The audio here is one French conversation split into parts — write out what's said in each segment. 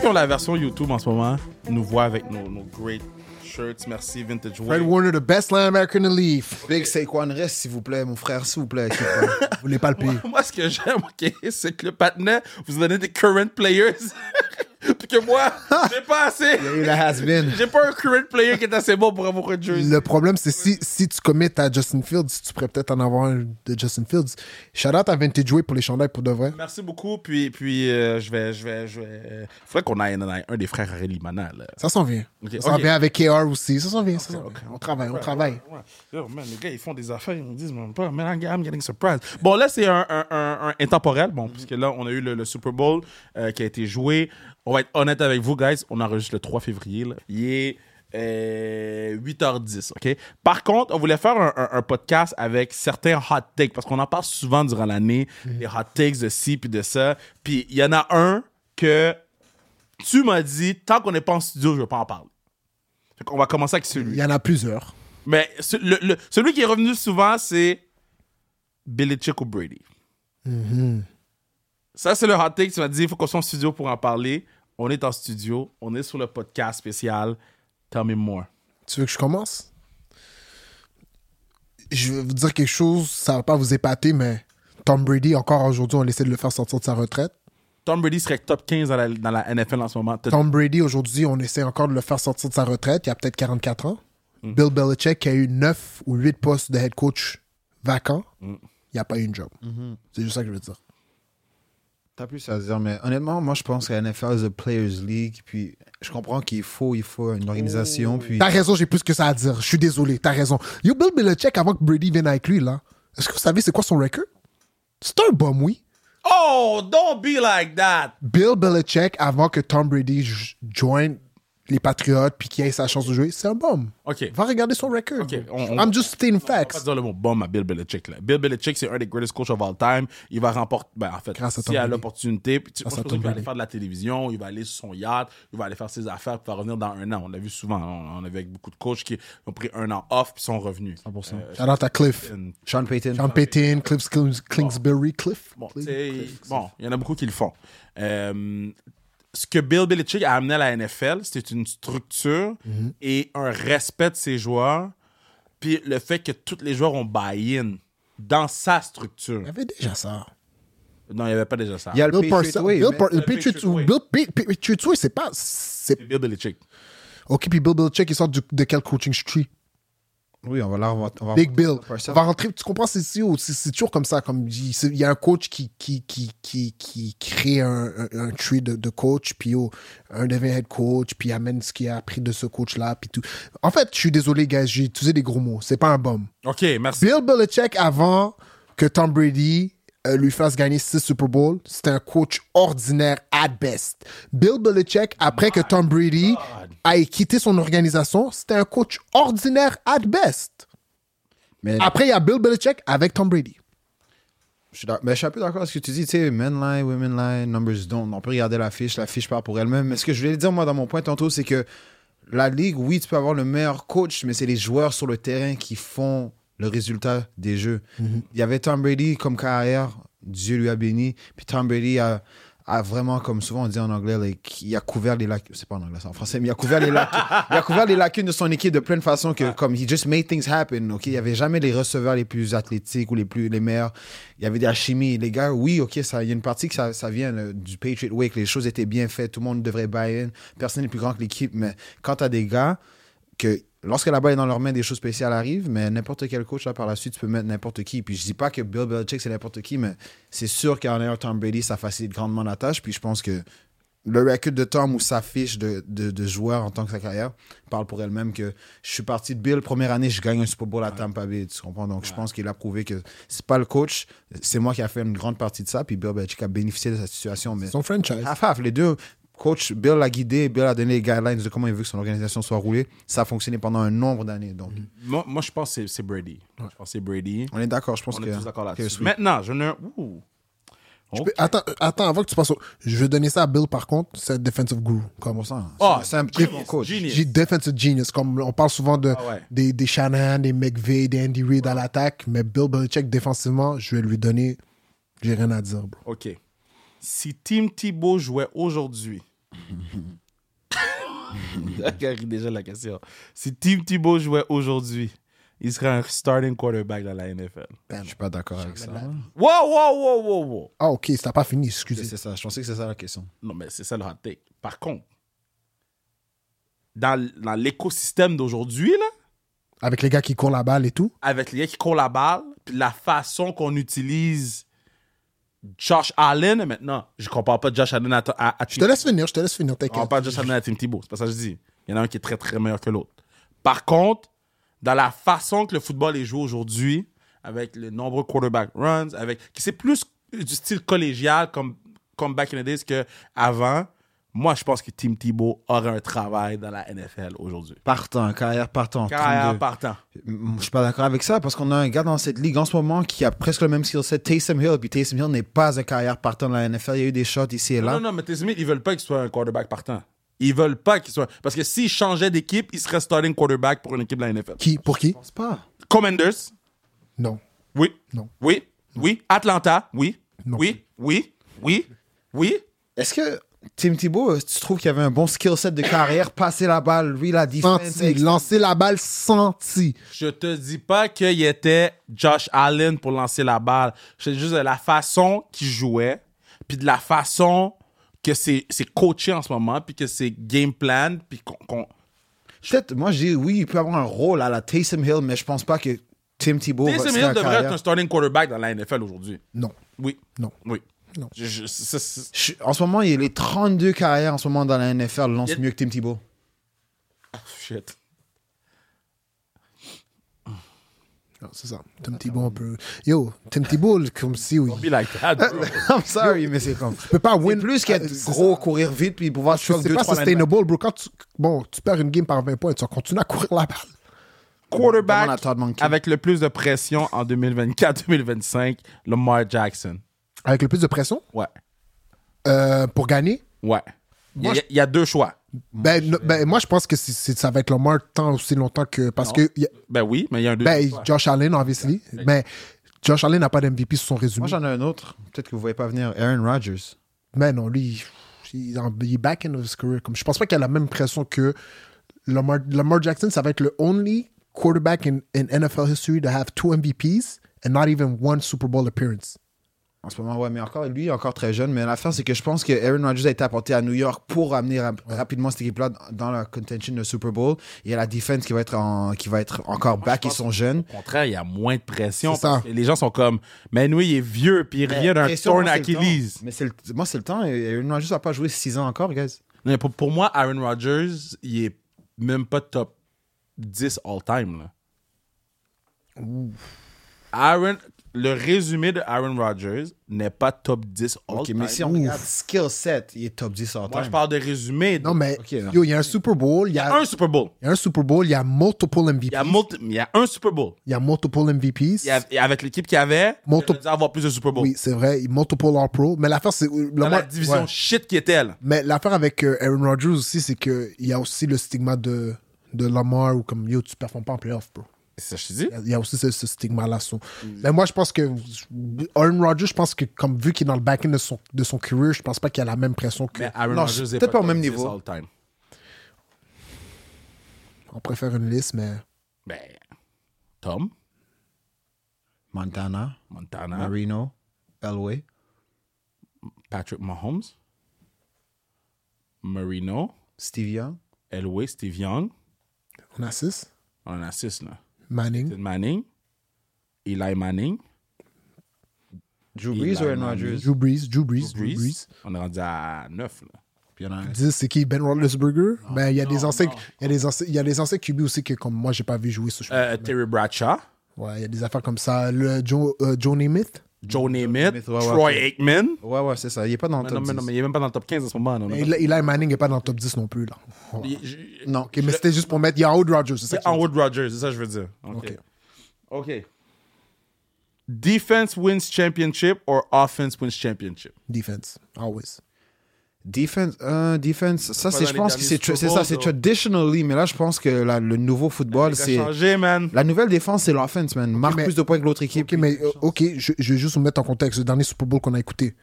qui ont la version YouTube en ce moment nous voient avec nos, nos great shirts. Merci, Vintage Fred Way. Warner, the best linebacker in the league. Big Saquon, reste, s'il vous plaît, mon frère, s'il vous plaît. s'il vous plaît. Vous voulez pas le payer. Moi, ce que j'aime, ok, c'est que le patinet vous donnez des current players. Puis que moi, j'ai pas assez. Il y a eu la has-been. J'ai pas un current player qui est assez bon pour avoir un jersey. Le problème, c'est si, si tu commets à Justin Fields, tu pourrais peut-être en avoir un de Justin Fields. Shout out à Vintage Way pour les chandails pour de vrai. Merci beaucoup. Puis, puis euh, je vais, je vais, je vais. Faudrait qu'on aille un, un des frères Relimana, là. Ça s'en vient. Ok, ça s'en ok. vient avec KR aussi. Ça s'en vient. ça s'en vient. On travaille, on travaille. Ouais. Yo, man, les gars, ils font des affaires, ils me disent même pas, man, I'm- I'm getting surprised. Bon, là, c'est un, un- un- un intemporel, bon, puisque là, on a eu le, le Super Bowl euh, qui a été joué. On va être honnête avec vous, guys, on enregistre le 3 février, là. Il est euh, 8h10, OK? Par contre, on voulait faire un, un- un podcast avec certains hot takes, parce qu'on en parle souvent durant l'année, les hot takes de ci puis de ça. Puis il y en a un que tu m'as dit, tant qu'on n'est pas en studio, je veux pas en parler. Fait qu'on va commencer avec celui. Il y en a plusieurs. Mais ce- le- le- celui qui est revenu souvent, c'est Belichick ou Brady. Ça, c'est le hot take. Tu m'as dit, il faut qu'on soit en studio pour en parler. On est en studio. On est sur le podcast spécial. Tell me more. Tu veux que je commence? Je vais vous dire quelque chose, ça va pas vous épater, mais Tom Brady, encore aujourd'hui, on essaie de le faire sortir de sa retraite. Tom Brady serait top 15 dans la, dans la NFL en ce moment. T'as- Tom Brady, aujourd'hui, on essaie encore de le faire sortir de sa retraite. Il y a peut-être 44 ans. Mm. Bill Belichick a eu 9 ou 8 postes de head coach vacants. Mm. Il n'y a pas eu une job. C'est juste ça que je veux dire. T'as plus à dire, mais honnêtement, moi, je pense que la NFL is a Players League. Puis je comprends qu'il faut, il faut une organisation. Puis T'as raison, j'ai plus que ça à dire. Je suis désolé, t'as raison. Yo, Bill Belichick, avant que Brady vienne avec lui, là, est-ce que vous savez c'est quoi son record? C'est un bum, oui. Oh, don't be like that. Bill Belichick, avant que Tom Brady j- join les Patriots puis qu'il ait sa chance de jouer, c'est un bum. OK. Va regarder son record. Ok, on- on- I'm just stating On va pas facts. dire le mot bombe à Bill Belichick. Là. Bill Belichick, c'est un des greatest coachs of all time. Il va remporter. Ben, en fait, Grâce à s'il Tom a Brady. l'opportunité, puis tu- moi, Grâce je à pense Tom qu'il va aller Brady. faire de la télévision, il va aller sur son yacht, il va aller faire ses affaires, puis il va revenir dans un an. On l'a vu souvent. hein. On, on a vu avec beaucoup de coachs qui ont pris un an off, puis sont revenus. 100%. Shout out à Cliff. Euh, Sean Payton. Sean Payton, Cliff Klings- Kingsbury, Cliff. Bon, tu Cliff. sais, bon, il y en a beaucoup qui le font. Euh, ce que Bill Belichick a amené à la NFL, c'était une structure Mhm. et un respect de ses joueurs, puis le fait que tous les joueurs ont buy-in dans sa structure. Il y avait déjà ça. Non, il n'y avait pas déjà ça. Il y a le Bill Patriot Parsons. Way, Bill mais- Par- Le le Patriot Patriot Way. Bill Pa- Patriot Way, c'est pas. c'est- Bill Belichick. Ok, puis Bill Belichick, il sort du- de quel coaching tree? Oui, on va là, on va- on va- Big Bill. Parsons. On va rentrer, tu comprends, c'est c'est- c'est- c'est toujours comme ça. Comme, il c'est- il y a un coach qui, qui, qui, qui, qui crée un, un, un tree de, de coach, puis oh, un devient head coach, puis il amène ce qu'il a appris de ce coach-là, puis tout. En fait, je suis désolé, guys, j'ai utilisé des gros mots. C'est pas un bum. OK, merci. Bill Belichick, avant que Tom Brady euh, lui fasse gagner six Super Bowls, c'était un coach ordinaire at best. Bill Belichick, après que Tom Brady ait quitté son organisation, c'était un coach ordinaire at best. Mais- Après, il y a Bill Belichick avec Tom Brady. Je suis d'ac- mais je suis un peu d'accord avec ce que tu dis, tu sais, men line, women line, numbers don't. On peut regarder la fiche, la fiche part pour elle-même. Mais ce que je voulais dire, moi, dans mon point tantôt, c'est que la ligue, oui, tu peux avoir le meilleur coach, mais c'est les joueurs sur le terrain qui font le résultat des jeux. Mm-hmm. Il y avait Tom Brady comme carrière, Dieu lui a béni. Puis Tom Brady a, a vraiment, comme souvent on dit en anglais, like, il a couvert les lacunes. C'est pas en anglais, c'est en français, mais il a couvert les lacunes. il a couvert les lacunes de son équipe de pleine façon que, comme, he just made things happen. ok? Il y avait jamais les receveurs les plus athlétiques ou les plus les meilleurs. Il y avait de la chimie. Les gars, oui, OK, ça- il y a une partie que ça, ça vient euh, du Patriot Way, que les choses étaient bien faites, tout le monde devrait buy-in, personne n'est plus grand que l'équipe. Mais quand tu as des gars que lorsque la balle est dans leurs mains, des choses spéciales arrivent, mais n'importe quel coach, là, par la suite, tu peux mettre n'importe qui. Puis je dis pas que Bill Belichick, c'est n'importe qui, mais c'est sûr qu'en ayant Tom Brady, ça facilite grandement la tâche. Puis je pense que le record de Tom ou sa fiche de, de, de joueur en tant que sa carrière parle pour elle-même que je suis parti de Bill, première année, je gagne un Super Bowl à Tampa Bay, tu comprends? Donc je pense qu'il a prouvé que c'est pas le coach, c'est moi qui a fait une grande partie de ça, puis Bill Belichick a bénéficié de cette situation. Mais Son franchise. half half, les deux. Coach Bill a guidé, Bill a donné les guidelines de comment il veut que son organisation soit roulée. Ça a fonctionné pendant un nombre d'années. Donc, Moi, moi, je pense que c'est- c'est Brady. Je pense que c'est Brady. on est d'accord, je pense On que. est tous d'accord que là-dessus. oui. Maintenant, je ne... Ouh. Je peux- Attends, euh, attends, avant que tu passes au... Je vais donner ça à Bill, par contre, c'est un defensive guru. Comme Bon sang, Oh, Ah, c'est un très genius, bon coach. genius. J'ai defensive genius, comme on parle souvent de, Ah ouais. des, des Shannon, des McVeigh, des Andy Reid à l'attaque, mais Bill Belichick, défensivement, je vais lui donner... J'ai rien à dire, bro. OK. Si Tim Thibault jouait aujourd'hui, Regarde déjà la question. Si Tim Thibault jouait aujourd'hui, il serait un starting quarterback dans la NFL. Je suis pas d'accord avec ça. hein. Wow, wow, wow, wow, wow. Ah, ok, ça n'a pas fini, C'est excusez. c'est ça. Je pensais que c'est ça la question. Non, mais c'est ça le hot take. Par contre, dans, l- dans l'écosystème d'aujourd'hui, là, Avec les gars qui courent la balle et tout. avec les gars qui courent la balle, puis la façon qu'on utilise Josh Allen maintenant, je compare pas Josh Allen à, à, à Je te laisse finir, je te laisse finir, On t'inquiète. parle juste à Tim Thibault. C'est pas ça que je dis. Il y en a un qui est très, très meilleur que l'autre. Par contre, dans la façon que le football est joué aujourd'hui, avec les nombreux quarterback runs, avec qui c'est plus du style collégial comme, comme back in the days qu'avant, moi, je pense que Tim Thibault aurait un travail dans la NFL aujourd'hui. Partant, carrière partant. Carrière 32. partant. M- Je suis pas d'accord avec ça parce qu'on a un gars dans cette ligue en ce moment qui a presque le même skill set, Taysom Hill. Puis Taysom Hill n'est pas un carrière partant de la NFL. Il y a eu des shots ici et là. Non, non, mais tes amis, ils veulent pas qu'il soit un quarterback partant. Ils veulent pas qu'il soit. Parce que s'il changeait d'équipe, il serait starting quarterback pour une équipe de la NFL. Qui, pour qui Je pense pas. Commanders, Non. Oui. Non. Oui. Oui. Atlanta. Oui. Non. Oui. Oui. Oui. Oui. Est-ce que Tim Thibault, tu trouves qu'il y avait un bon skill set de carrière, passer la balle, lui, la défense? Senti, lancer la balle senti. Je te dis pas qu'il était Josh Allen pour lancer la balle. C'est juste de la façon qu'il jouait, puis de la façon que c'est c'est coaché en ce moment, puis que c'est game plan, puis qu'on... qu'on- Peut-être, moi, je dis oui, il peut avoir un rôle à la Taysom Hill, mais je pense pas que Tim Thibault va- Taysom serait Hill un devrait être carrière. un starting quarterback dans la NFL aujourd'hui. Non, Oui. non. Oui. Non. Je- je- c'est- c'est- Je- En ce moment, il y a les 32 carrières en ce moment dans la NFL lancent Il- mieux que Tim Thibault. ah, shit. Non, Ah, c'est ça. Tim Thibault, un peu. Yo, Tim Thibault, comme si, oui. Be like that, bro. I'm sorry, mais c'est comme. Tu peux pas C'est win. plus Ah, qu'être c'est gros, ça. courir vite, puis pouvoir choc C'est deux, pas trois linebackers. sustainable, bro. Quand tu, bon, tu perds une game par 20 points, tu vas continuer à courir la balle. quarterback Demande à Todd Monken. avec le plus de pression en 2024-2025, Lamar Jackson. Avec le plus de pression Ouais. euh, pour gagner. Ouais. Il y, a- Moi, je- il y a deux choix. Ben, no- ben, moi, je pense que c'est- c'est- ça va être Lamar tant aussi longtemps que. Parce que. y a- Ben oui, mais il y a un deuxième ben, choix. Josh Allen, obviously. Mais Josh Allen n'a pas d'MVP sur son résumé. Moi, j'en ai un autre. Peut-être que vous ne voyez pas venir. Aaron Rodgers. Mais Ben, non, lui, il, il est en- il est back in his career. Comme, je pense pas qu'il a la même pression que Lamar, Lamar Jackson. Ça va être le only quarterback in, in NFL history to have two MVPs and not even one Super Bowl appearance. En ce moment, ouais, mais encore, lui, il est encore très jeune. Mais l'affaire, c'est que je pense que Aaron Rodgers a été apporté à New York pour amener rap- rapidement cette équipe-là dans la contention de Super Bowl. Il y a la défense qui va être, en- qui va être encore back. Ils sont jeunes. Au contraire, il y a moins de pression. C'est ça. parce que les gens sont comme, mais nous, il est vieux, puis il revient d'un Et sûrement, torn Ben, c'est le Achilles. temps. Mais c'est le- moi, c'est le temps. Et Aaron Rodgers n'a pas joué 6 ans encore, guys. Non, mais Pour, pour moi, Aaron Rodgers, il est même pas top 10 all-time. là. Aaron, le résumé de Aaron Rodgers n'est pas top 10 all-time. Ok, mais si on Ouf. regarde skill set, il est top 10 en Moi, je time. parle de résumé. Non, mais Ok, non. yo, il y a un Super Bowl, il y, a- un Super Bowl. il y a un Super Bowl, il y a multiple Il y a, MVPs. multi- il y a un Super Bowl. Il y a multiple MVPs. Il y a- et avec l'équipe qu'il y avait, Multi- il aurait dû avoir plus de Super Bowl. Oui, c'est vrai, multiple All-Pro. Mais l'affaire, c'est. Dans Lamar- la division ouais. shit qui était elle. Mais l'affaire avec euh, Aaron Rodgers aussi, c'est qu'il y a aussi le stigma de, de Lamar ou comme yo, tu performes pas en playoff, bro. C'est ça que je te dis. Il y a aussi ce, ce stigma-là. so. Mm. Mais moi, je pense que Aaron Rodgers, je pense que comme vu qu'il est dans le back-end de son, de son career, je pense pas qu'il a la même pression que. Mais Aaron Non, Rodgers c'est est peut-être pas au top même 10 niveau. all-time. On préfère une liste, mais Ben, Tom, Montana, Montana, Marino, Elway. Patrick Mahomes, Marino, Steve Young. Elway, Steve Young. on a six. On en a six, là. Manning, Hmm. Sid Manning, Eli Manning, Drew Eli Brees ou Aaron Manning. Rodgers? Drew Brees, Drew Brees, Dreeze. Drew Brees. On est rendu à neuf, là. Puis il y en a un. 10, c'est qui Ben Roethlisberger Ben, il y a des Ah, non, anciens non. il y a des anciens- il y a des anciens QB aussi que comme moi j'ai pas vu jouer ce jeu. Euh, Terry Bradshaw, Ouais, il y a des affaires comme ça. Le Joe, euh, Joe Namath, Joe Namath, Hmm. Namath, ouais, ouais, Troy ok. Aikman. Ouais, ouais, c'est ça. Il est pas dans le Mais top non, mais non, 10. mais il est même pas dans le top 15 en ce moment. là. On a Eli, Eli Manning n'est pas dans le top 10 non plus là. Ouais. Il- je- Non, Ok, mais c'était juste pour mettre il y a Howard Rodgers, c'est ça. C'est qui- Howard Rogers, c'est ça que je veux dire. OK. Ok. OK. Defense wins championship or offense wins championship? Defense, always. Defense, euh, defense, ça Pas c'est, dans je les pense que derniers c'est, tra- Super c'est Bowl, ça, c'est ça. traditionally, mais là je pense que la- le nouveau football, Ça a c'est. changé, man. La nouvelle défense, c'est l'offense, man. Marque mais- plus de points que l'autre équipe. Ok, mais euh, ok, je, je vais juste vous mettre en contexte le dernier Super Bowl qu'on a écouté.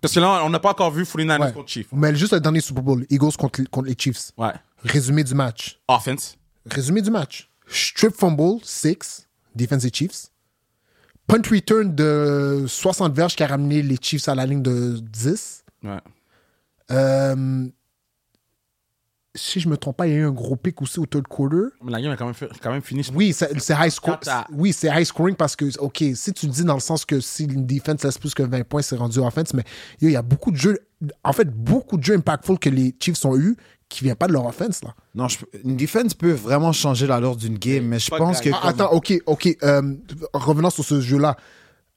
Parce que là, on n'a pas encore vu 49ers Ouais. contre Chiefs. Mais juste le dernier Super Bowl, Eagles contre, contre les Chiefs. Ouais. Résumé du match. Offense. Résumé du match. Strip fumble, 6, défense des Chiefs. Punt return de 60 verges qui a ramené les Chiefs à la ligne de 10. Ouais. Euh, si je me trompe pas, il y a eu un gros pic aussi au third quarter. Mais la game a quand même, fait- quand même fini. Oui, c'est c'est high, score, Quand t'as- oui, c'est high scoring parce que, OK, si tu dis dans le sens que si une defense laisse plus que 20 points, c'est rendu offense, mais yo, il y a beaucoup de jeux, en fait, beaucoup de jeux impactful que les Chiefs ont eu qui ne viennent pas de leur offense. Là. Non, je- une défense peut vraiment changer la l'allure d'une game, mais je Pas pense que. grave. Ah, comme- attends, OK, OK. euh, revenons sur ce jeu-là.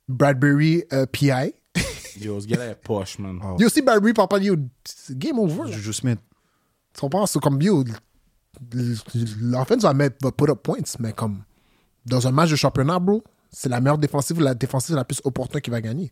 Bradbury, euh, PI. Yo, ce gars-là est poche, man. Il y a aussi Bradbury, papa, yo, c'est game over. Juju Smith. Tu comprends? C'est comme, yo, l'offense va, mettre- va put up points, mais comme, dans un match de championnat, bro, c'est la meilleure défensive, la défensive la plus opportune qui va gagner.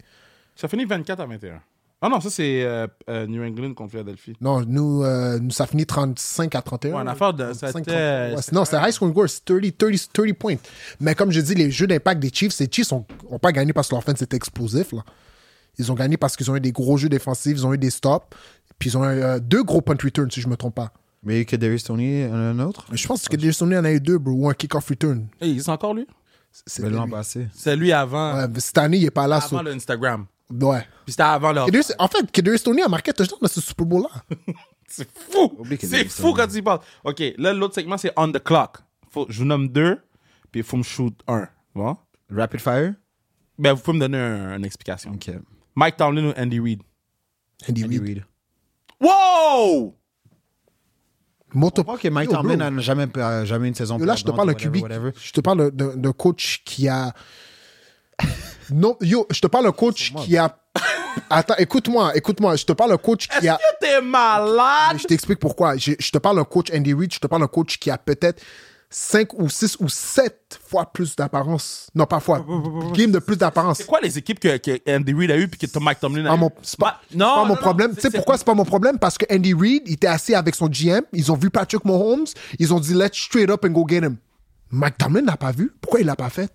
Ça finit 24 à 21. Ah non, ça, c'est euh, euh, New England contre Philadelphie. Non, nous, euh, nous, ça finit 35 à 31. Ouais, une affaire de- ça 35, était- 30. Ouais, c'est- non, c'est high scoring score, c'est 30, 30, 30 points. Mais comme je dis, les jeux d'impact des Chiefs, les Chiefs n'ont pas gagné parce que l'offense était explosif. Là. Ils ont gagné parce qu'ils ont eu des gros jeux défensifs, ils ont eu des stops, puis ils ont eu euh, deux gros punt returns, si je ne me trompe pas. Mais que Darius Tony, un autre Mais je pense que Jason Lee en a eu deux, bro, ou un kick-off return. Hey, il est encore lui C'est- Mais l'an lui. passé. C'est lui avant, Ouais, mais Euh, cette année, il n'est pas là. avant le Instagram. so- Ouais. Puis c'était avant leur. Kadarius- En fait, Kedarius Tony a marqué touchdown dans ce Super Bowl-là. C'est fou! Oublie qu'il y a C'est des fou Instagram. quand tu y penses. Ok, là, l'autre segment, c'est on the clock. Faut, je vous nomme deux, puis il faut me shoot un. Bon? Rapid Fire Ben, vous pouvez me donner un- une explication. Ok. Mike Tomlin ou Andy Reid? Andy Andy Reid. Reid. Wow! Moto- Je crois que Mike Yo, bro. Tomlin n'a jamais, euh, jamais une saison Yo, Là, je te perdante, parle d'un whatever, QB. whatever. Je te parle d'un- d'un coach qui a. Non, yo, je te parle d'un coach qui a. Attends, écoute-moi, écoute-moi. Je te parle d'un coach qui a. T'es malade! Je t'explique pourquoi. Je, je te parle d'un coach Andy Reid, je te parle d'un coach qui a peut-être 5 ou 6 ou 7 fois plus d'apparence. Non, pas fois. Game de plus d'apparence. C'est quoi les équipes que, que Andy Reid a eues puis que Tom- Mike Tomlin a Pas eues? mon- c'est pas, Bah, c'est pas mon problème. Tu sais c'est- pourquoi c'est pas mon problème? Parce que Andy Reid, il était assis avec son GM, ils ont vu Patrick Mahomes, ils ont dit let's straight up and go get him. Mike Tomlin n'a pas vu. Pourquoi il l'a pas fait?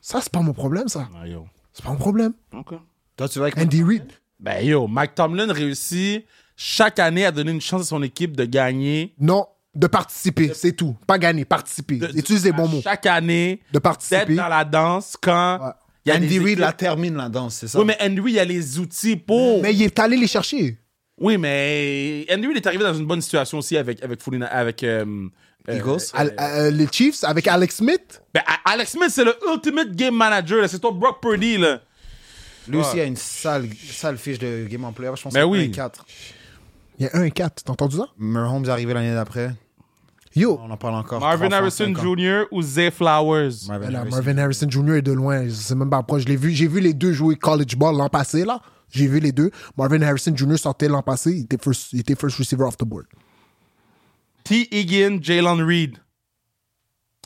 Ça, c'est pas mon problème, ça. Ah, yo. C'est pas mon problème. Ok. Toi, tu vas avec Andy Reid. Ben yo, Mike Tomlin réussit chaque année à donner une chance à son équipe de gagner. Non, de participer, c'est tout. Pas gagner, participer. De, Utilise les à bons mots. Chaque année, De d'être participer. dans la danse quand Ouais. il y a Andy des Reid équipes- la termine la danse, c'est ça Oui, mais Andy Reid, il y a les outils pour. Mais il est allé les chercher. Oui, mais Andy Reid est arrivé dans une bonne situation aussi avec avec Foulina- avec euh, euh, Eagles. euh, Al- euh, les Chiefs avec Alex Smith. ben, A- Alex Smith, c'est le ultimate game manager. là. C'est toi, Brock Purdy là. Lui aussi a une sale, sale fiche de game en playoff. Je pense Ben que oui. 4. Il y a 1 et 4. T'as entendu ça? Mahomes est arrivé l'année d'après. Yo. On en parle encore. Marvin Trois fois en Harrison cinq ans. Jr. ou Zay Flowers. Ben Là, Marvin Ben Harrison. Marvin Harrison Jr. est de loin. Je sais même pas pourquoi. Je l'ai vu. J'ai vu les deux jouer college ball l'an passé, là. J'ai vu les deux. Marvin Harrison Jr. sortait l'an passé. Il était, first, il était first receiver off the board. T. Higgins, Jalen Reed.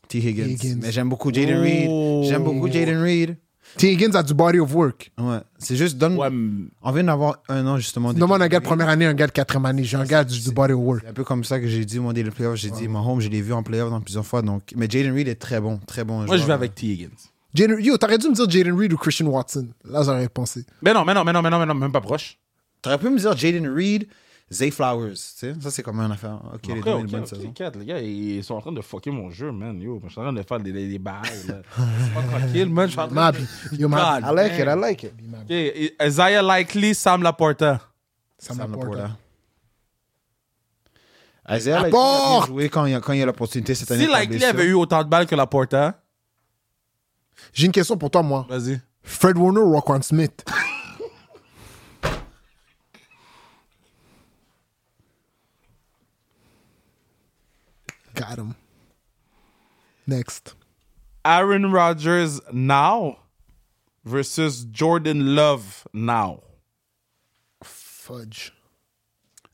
T. Higgins. Higgins. Oh. Mais j'aime beaucoup Jaden Reed. J'aime beaucoup Jaden Reed. T. Higgins a du body of work. Ouais. C'est juste, donne. Ouais, m- On vient d'avoir un an justement. de- Demande un gars de première année, un gars de quatrième année. J'ai un gars du, du body of work. C'est un peu comme ça que j'ai dit au moment des playoffs. J'ai dit, Mahomes, je l'ai vu en playoff dans plusieurs fois. Donc... Mais Jaden Reed est très bon. Très bon. moi je joueur. vais avec T. Higgins. Jaden- yo, t'aurais dû me dire Jaden Reed ou Christian Watson. Là, j'aurais pensé. Mais non, mais non, mais non, mais non, mais non, même pas proche. T'aurais pu me dire Jaden Reed, Zay Flowers. tu sais. Ça, c'est comme une affaire. Ok, les Ok, deux ont une ok, bonne ok, saison. quatre, les gars, ils sont en train de fucker mon jeu, man. Yo, je suis en train de faire des, des, des bails, là. Je suis pas tranquille, man. Je suis en train Mab. de... Yo, Mab. God. I like it, I like it. Ok, et Isaiah Likely, Sam Laporta. Ça Sam m'apporte. hein. Laporta. Isaiah Likely a bien Apporte! joué quand il y a, quand il y a l'opportunité cette année. Si par Likely blessure. avait eu autant de balles que Laporta, J'ai une question pour toi, moi. vas-y. Fred Warner ou Roquan Smith? Got him. Next. Aaron Rodgers now versus Jordan Love now. Fudge.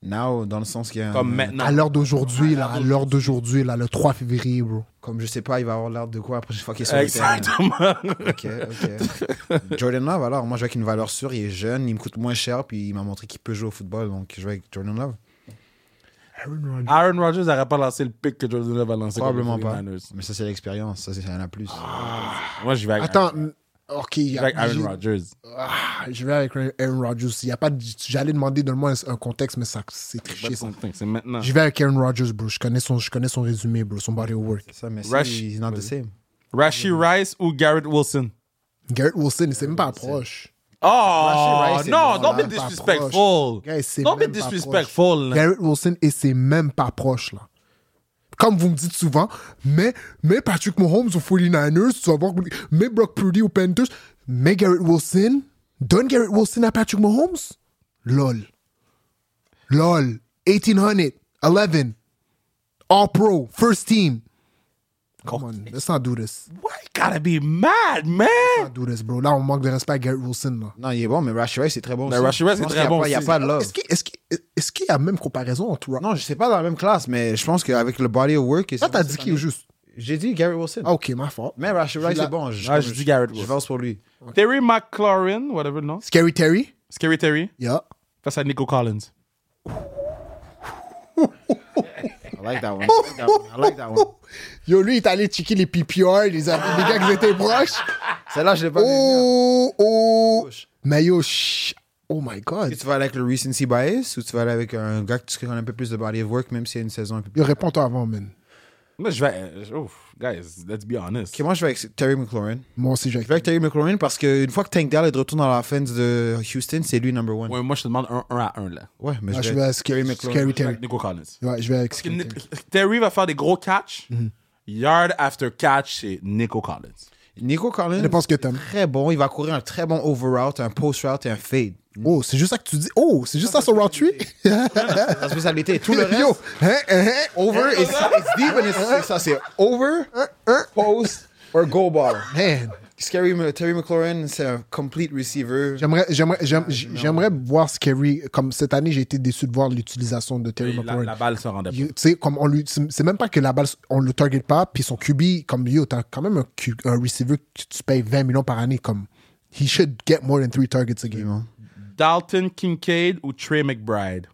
Now, dans le sens qu'il y a. un- Comme maintenant. À l'heure d'aujourd'hui, là, à l'heure d'aujourd'hui, là, le 3 février, bro. Comme je sais pas, il va avoir l'air de quoi après chaque fois qu'il est sur le terrain. Exactement. Ok, ok. Jordan Love, alors, moi, je vais avec une valeur sûre. Il est jeune, il me coûte moins cher, puis il m'a montré qu'il peut jouer au football, donc je vais avec Jordan Love. Aaron Rodgers n'aurait pas lancé le pic que Ah, Jordan Love a lancé. contre les Probablement pas. 49ers. Mais ça, c'est l'expérience. Ça, c'est- il y en a plus. Moi, je vais avec, Attends, mm, ok. il je vais y a- avec Aaron j'ai- Rodgers. ah, je vais avec Aaron Rodgers. Il y a pas, de- j'allais demander de moi un contexte, mais ça, c'est triché. ça. C'est maintenant. Je vais avec Aaron Rodgers, bro. Je connais son, je connais son résumé, bro. Son body of work. Ça, mais Rush. c'est not the same. Rashi Rice ou Garrett Wilson? Garrett Wilson, il s'est même pas proche. Oh, Rice est non, bon, don't là, be pas proche. disrespectful. Gars, c'est Don't be même pas proche. disrespectful. là. Garrett Wilson, et c'est même pas proche, là. Comme vous me dites souvent, mais, mais Patrick Mahomes aux 49ers, tu vas voir, mais Brock Purdy aux Panthers, mais Garrett Wilson, donne Garrett Wilson à Patrick Mahomes. LOL. LOL. 1800, 11, All Pro, First Team. Come on, let's not do this. Why you gotta be mad, man? Let's not do this, bro. Là, on manque de respect à Garrett Wilson, là. Non, il est bon, mais Rush Rice est très bon. Mais aussi. Rashi Rice Je est pense très qu'il y a bon pas- Il n'y a aussi. pas de love. Est-ce qu'il est-ce qu'il- est-ce qu'il y a même comparaison entre... Non, je sais pas dans la même classe, mais je pense qu'avec le body of work. et Là, c'est- t'as dit qui est juste. J'ai dit Gary Wilson. Ah, ok, ma faute. Mais Rush Rice l'ai- est bon. Je, Oh. Ah, j'ai dit Garrett Je Wilson. pense pour lui. Terry McLaurin, whatever, non? Scary Terry? Scary Terry, Yeah. face à Nico Collins. I like that one. I like that one. I like that one. Yo, lui, il est allé checker les PPR, les, a- les gars qui étaient proches. Celle-là, je l'ai pas vu. Oh, oh. Mais yo, ch- oh my God. Tu vas aller avec le recency bias ou tu vas aller avec un gars que tu connais un peu plus de body of work, même s'il y a une saison un peu plus. Yo, réponds-toi avant, man. Moi, je vais. je- Ouf, guys, let's be honest. Ok, moi, je vais avec Terry McLaurin. Moi aussi, j'ai Je vais avec Terry McLaurin parce qu'une fois que Tank Dell est de retour dans l'offense de Houston, c'est lui number one. Ouais, Ouais, moi, je te demande un, un à un, là. mais Ah, je je vais vais à avec Scary, Terry McLaurin. Scary Terry. Avec Nico Collins. Ouais, je vais avec Scary Terry. Mm-hmm. Terry va faire des gros catchs. Yard after catch, c'est Nico Collins. Nico Collins, Je pense que t'aimes. très bon. Il va courir un très bon over route, un post route et un fade. Oh, c'est juste ça que tu dis. Oh, c'est juste ça son round tree? Sa spécialité. Tout le reste, Yo, hein, hein, hein. over, it's, it's deep and it's, c'est ça, c'est over, Hein? post or go ball. Man, Scary M- Terry McLaurin, c'est un complete receiver. j'aimerais, j'aimerais, j'aime- j'aimerais voir Scary. Comme cette année, j'ai été déçu de voir l'utilisation de Terry La, McLaurin. la balle se rendait pas. You- tu sais, comme on lui, c'est c'est même pas que la balle, on le target pas, puis son QB, comme yo, t'as quand même un, Q- un receiver que tu payes 20 millions par année, comme he should get more than three targets a game. Dalton Kincaid ou Trey McBride?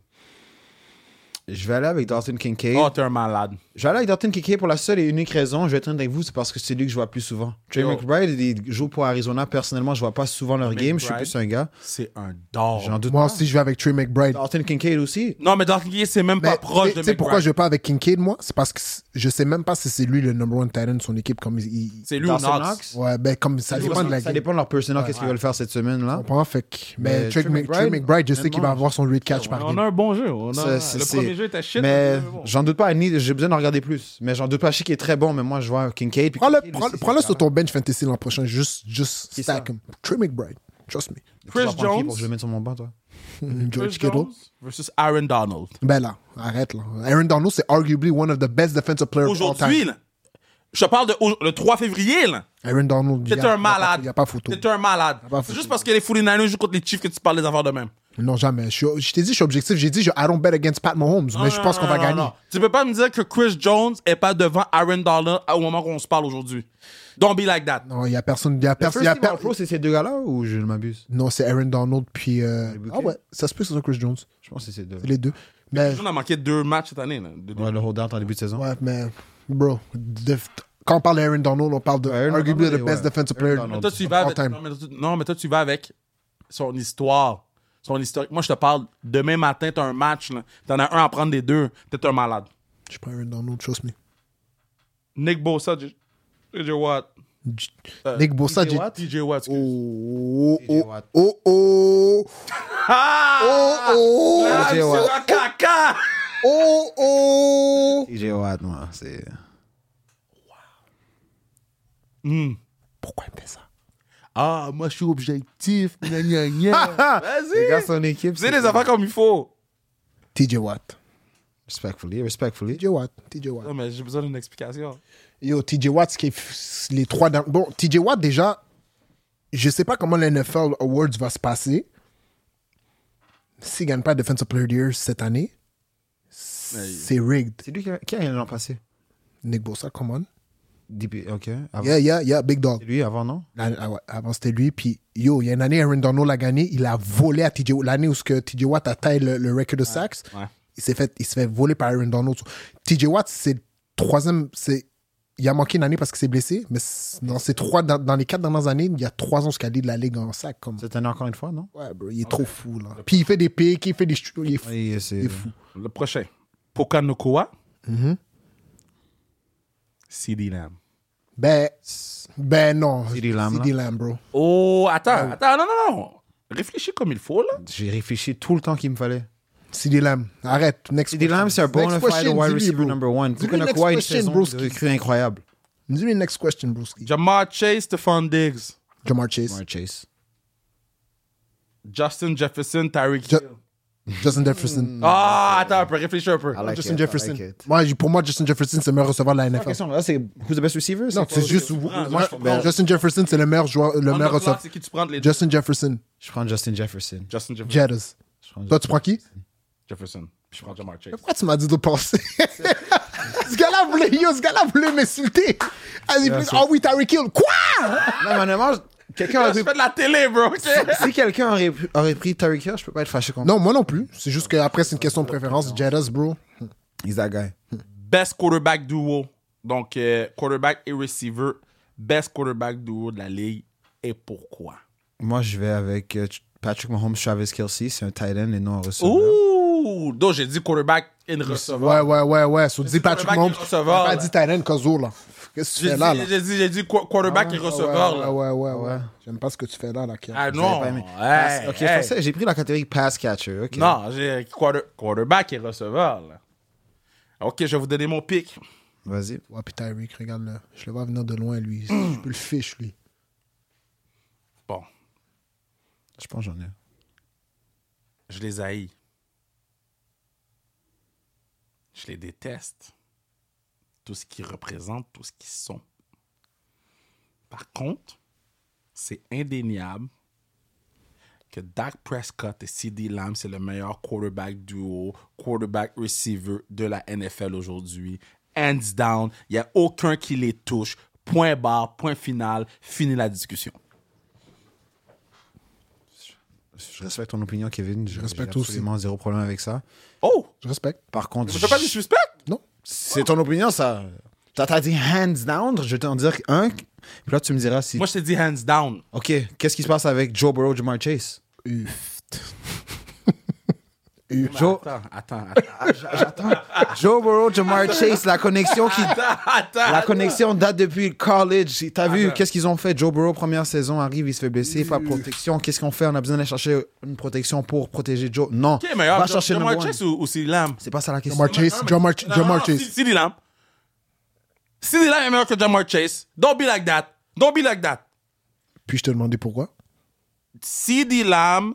Je vais aller avec Dalton Kincaid. Oh, t'es un malade. Je vais aller avec Dalton Kincaid pour la seule et unique raison. Je vais être honnête avec vous, c'est parce que c'est lui que je vois plus souvent. Trey Yo. McBride, il joue pour Arizona. Personnellement, je vois pas souvent leur game. Je suis McBride. plus un gars. C'est un dog. J'en doute Moi pas. aussi, je vais avec Trey McBride. Dalton Kincaid aussi. Non, mais Dalton Kincaid, c'est même Mais pas proche tu de sais McBride. pourquoi je vais pas avec Kincaid, moi C'est parce que c- je sais même pas si c'est lui le number one talent de son équipe, comme il. il- C'est lui ou Dawson Knox. Knox. ouais, ben, comme ça dépend de la Ça game. dépend de leur personnel, qu'est-ce qu'ils veulent faire cette semaine-là. Comprends? Fait que- mais Mais Trey Trey Mc- Trey McBride, McBride, je sais qu'il va honnêtement, avoir son rate catch par On game. a un bon jeu. On a- Ça, c'est- le c'est- premier jeu était shit. Mais le deuxième est bon. j'en doute pas, Annie, j'ai besoin d'en regarder plus. Mais j'en doute pas, je sais qu'il est très bon, mais moi je vois Kincaid. puis Prends-le Kincaid prends- aussi, prends-le c'est sur clair. ton bench fantasy l'an prochain, juste, juste stack him. Trey McBride, trust me. Tu vas Chris prendre qui Jones. Pour que je le mette sur mon banc, toi. George Chris Kittle. Jones versus Aaron Donald. Ben là, arrête là. Aaron Donald, c'est arguably one of the best defensive players of all Aujourd'hui, time. là, je parle de au- le 3 février, là. Aaron Donald, T'es il y un a- il y a pas- malade. Il n'y a pas photo. T'es un malade. pas C'est foutu. juste parce que les 49ers jouent contre les Chiefs que tu parles des affaires de même. Non, jamais. Je, suis- je t'ai dit, je suis objectif. J'ai dit, je, I don't bet against Pat Mahomes, mais je pense qu'on va Non, non, gagner. non. Tu peux pas me dire que Chris Jones est pas devant Aaron Donald au moment où on se parle aujourd'hui. Don't be like that. Non, il n'y a personne. Il y a Le personne. il y a first team per- All-Pro, c'est ces deux gars-là ou je m'abuse Non, c'est Aaron Donald, puis. euh, Bouquet. Ah ouais, ça se peut que ce soit Chris Jones. Je pense que c'est ces deux. Les deux. Mais, On a manqué deux matchs cette année. là. Deux- deux- Ouais, le hold-out en début de saison. ouais, mais, bro, de- quand on parle d'Aaron Donald, on parle de Aaron arguably Donald, the best ouais. defensive Aaron player. Donald. Toi, tu All vas avec... time. non, mais toi, tu- non, mais toi, tu vas avec son histoire. Son historique. Moi, je te parle, demain matin, t'as un match. là. T'en as un à prendre des deux. T'es un malade. Je prends Aaron Donald, trust me. Nick Bosa, J- JJ Watt. J- Euh, Nick Bosa, j'ai. TJ Watt, excuse. Oh, TJ oh, Watt. oh, oh, Ah! oh, oh. Ah, TJ monsieur Watt. Akaka! Oh, oh! TJ Watt, moi, c'est. Pourquoi il me fait ça? Ah, moi, je suis objectif. gna, gna, gna. Les gars, Vas-y! son équipe. Fais les affaires comme il faut. TJ Watt. Respectfully, respectfully. TJ Watt. TJ Watt. Non, mais j'ai besoin d'une explication. Yo, TJ Watt, ce qui est f- les trois. derniers- Bon, TJ Watt, déjà, je sais pas comment l'NFL Awards va se passer. S'il gagne pas Defensive Player of the Year cette année, c'est rigged. C'est lui qui a, qui a gagné l'an passé Nick Bosa, come on. DP, ok. Avant- Yeah, yeah, yeah, big dog. C'est lui avant, non Là, ah ouais, Avant, c'était lui. Puis, yo, il y a une année, Aaron Donald l'a gagné. Il a volé à TJ Watt. L'année où ce que TJ Watt a taillé le, le record de sacks, ouais. il s'est fait, il se fait voler par Aaron Donald. TJ Watt, c'est le troisième. C'est il a manqué une année parce qu'il s'est blessé, mais c- dans, ces trois, dans, dans les quatre dernières années, il y a trois ans escaliers de la Ligue en sac. Comme... Cette année, encore une fois, non? Ouais, bro, il est trop fou. Là. Puis il fait des pics, il fait des chutes, il est fou. Oui, c'est est fou. Le prochain. Pokanokoa. Mm-hmm. CD Lamb. Ben, ben non. CD Lamb, CD Lamb, bro. Oh, attends, attends, non, non, non. Réfléchis comme il faut, là. J'ai réfléchi tout le temps qu'il me fallait. CD Lamb. Arrête. Next CD Lamb, c'est un bon bona fide wide receiver number one. Dis-lui next Fukunakuwa, une question, saison broski. de recrue incroyable. Dis-lui next question, broski. Jamar Chase, Stephon Diggs. Jamar Chase. Ouais, Chase. Justin Jefferson, Tyreek Ju- Hill. Justin Jefferson. Ah, attends, un peu, réfléchis un peu. like Justin it, Mm, I Jefferson. like it. Moi, j- pour moi, Justin Jefferson, c'est le meilleur receveur de la NFL. question, là, c'est who's the best receiver? Non, quoi? c'est juste. Ah, moi, je comprends. Justin Jefferson, c'est le meilleur joueur, le On meilleur the clock, receveur. c'est qui tu prends de les deux? Justin Jefferson, Je prends Justin Jefferson. Justin Jefferson. Jettas. Je prends Toi, tu prends qui Jefferson. Puis je prends Jamar Chase. Pourquoi tu m'as dit de penser Ce gars-là voulait, yo, ce gars-là voulait m'insulter. Ah, il voulait- Ah oui, Tyreek Hill. Quoi Non, mais honnêtement, quelqu'un Ah, aurait Je pris- fais de la télé, bro. ok? si quelqu'un aurait, aurait pris Tyreek Hill, je peux pas être fâché contre Non, moi non plus. C'est juste qu'après, c'est une question de préférence. Jettas, bro. He's that guy. Best quarterback duo. Donc, euh, quarterback et receiver. Best quarterback duo de la ligue. Et pourquoi? Moi, je vais avec euh, Patrick Mahomes, Travis Kelsey. C'est un tight end et non un receveur. Ouh! Donc, j'ai dit quarterback et receveur. Ouais, ouais, ouais, ouais. So, dis Patrick quarterback Mahomes. et receveur, T'as pas là. dit Tylen Kozo, là. Qu'est-ce que tu J'ai fais là, dit, là Ah, j'ai dit, j'ai dit qu- quarterback et receveur. Ouais, là. ouais, ouais, ouais, ouais. J'aime pas ce que tu fais là, là. Kian. Ah J'avais non! pas aimé. Hey, Pass- ok, je hey. pensais- j'ai pris la catégorie pass catcher. ok. Non, j'ai quarter- quarterback et receveur. là. Ok, je vais vous donner mon pick. Vas-y. Ouais, puis Tyreek, regarde là. Je le vois venir de loin, lui. Mm. Je peux le fiche, lui. Bon, Je pense que j'en ai. un. je les haïs. Je les déteste. Tout ce qu'ils représentent, tout ce qu'ils sont. Par contre, c'est indéniable que Dak Prescott et CD Lamb, c'est le meilleur quarterback duo, quarterback receiver de la NFL aujourd'hui. Hands down, il n'y a aucun qui les touche. Point barre, point final, fini la discussion. Je respecte ton opinion, Kevin. Je respecte j'ai absolument zéro problème avec ça. Oh! Je respecte. Par contre, Je fais pas je- du suspect? Non. c'est ton opinion, ça. T'as t'as dit hands down. Je vais t'en dire un. Puis là, tu me diras si. Moi, je te dis hands down. Ok, qu'est-ce qui se passe avec Joe Burrow, Jamar Chase? Joe, Bah, Attends, attends, attends. Joe Burrow, Jamar Chase, la connexion qui. attends. La connexion date depuis le college. T'as vu qu'est-ce qu'ils ont fait? Joe Burrow, première saison, arrive, il se fait blesser, pas de protection. Qu'est-ce qu'on fait? On a besoin d'aller chercher une protection pour protéger Joe. Non. Qui est meilleur? Va Jo- chercher Jamar number one. Chase ou, ou CeeDee Lamb? C'est pas ça la question. Jamar Chase, Jamar, Jamar Chase. CeeDee Lamb. CeeDee Lamb est meilleur que Jamar Chase. Don't be like that. Don't be like that. Puis je te demandais pourquoi. CeeDee Lamb,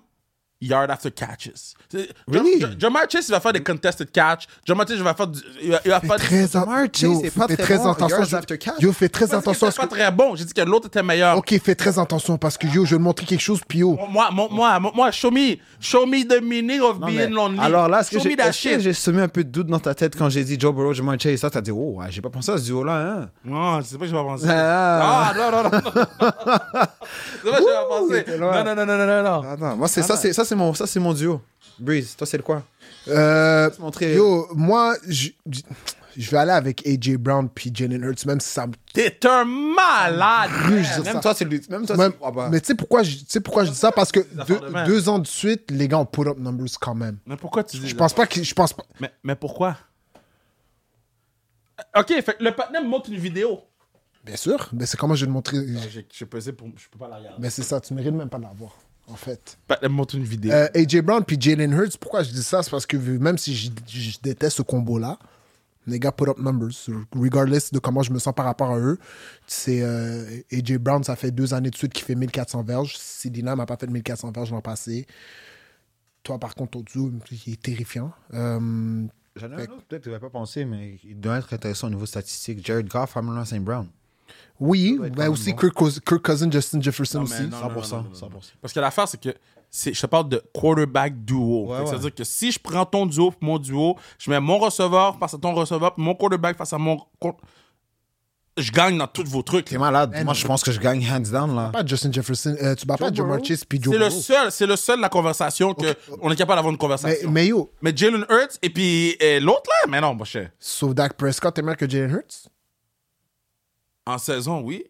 yard after catches. C'est- Really? Ja- Ja- Jamar Chase, il va faire des contested catch. Jamar Chase, il va faire... du- Il va, il va faire... du- Très en- Jamar Chase Yo, est pas fais très très bon, attention. yards je- after catch. Yo, fais très Parce que attention. à c'était ce pas que- très bon. J'ai dit que l'autre était meilleur. Ok, fais très attention parce que yo, je vais te montrer quelque chose, puis yo. Moi, moi, moi, moi, moi, show me, show me the meaning of Non, mais- being lonely. alors là, est-ce que show j'ai me that est-ce que shit. j'ai semé un peu de doute dans ta tête quand j'ai dit Joe Burrow, Jamar Chase? Ça, t'as dit, oh, ouais, j'ai pas pensé à ce duo-là, hein? Non, c'est pas que je vais penser. Ah. Ah, non, non, non. non. c'est pas que je vais t'es penser. loin. Non, non, non, non, non, non. non. Attends, moi, c'est ça, c'est ça, c'est mon, ça, c'est mon duo. Breeze, toi, c'est le quoi? Euh, montrer- Yo, moi, je je vais aller avec AJ Brown puis Jalen Hurts, même si ça me T'es un malade. Russe, je dis Même ça. toi, c'est lui. Même toi, Même- c'est ah, bah. mais tu sais pourquoi, je- tu sais pourquoi je dis ça parce que deux, affaires de main. deux ans de suite, les gars ont put up numbers quand même. Mais pourquoi tu dis Je pense pas que je pense pas. Mais, mais pourquoi? Euh, Ok, fait que le partner me montre une vidéo. Bien sûr, mais c'est comment je vais te montrer. J'ai j'ai pesé pour. Je peux pas la regarder. Mais c'est ça, tu mérites même pas de l'avoir, en fait. Le partner me montre une vidéo. Euh, AJ Brown puis Jalen Hurts, pourquoi je dis ça C'est parce que même si je, je déteste ce combo-là, les gars put up numbers. Regardless de comment je me sens par rapport à eux, c'est euh, AJ Brown, ça fait deux années de suite qu'il fait 1400 verges. Sidina m'a pas fait 1400 verges l'an passé. Toi, par contre, Otsu, il est terrifiant. Euh, J'en ai un autre, peut-être que tu n'avais pas pensé, mais il doit être intéressant au niveau statistique. Jared Goff, Hamlin St. Brown. oui, doit être mais quand aussi même Kirk, Cous- Kirk Cousin, Justin Jefferson aussi. non, non, non, 100%, non, non, non. 100%. Parce que l'affaire, c'est que c'est- je te parle de quarterback duo. Ouais, Fait que ouais. C'est-à-dire que si je prends ton duo puis mon duo, je mets mon receveur face à ton receveur, puis mon quarterback face à mon. quar- Je gagne dans tous vos trucs. T'es malade. Moi, je pense que je gagne hands down, là. Pas Justin Jefferson, euh, tu bats pas Jamar Chase puis Joe C'est le Burrow. seul, c'est le seul de la conversation que on est capable d'avoir une Mais, conversation. Mais, mais yo, Jalen Hurts et puis euh, l'autre là, mais non, mon cher. so Dak Prescott est meilleur que Jalen Hurts En saison, oui.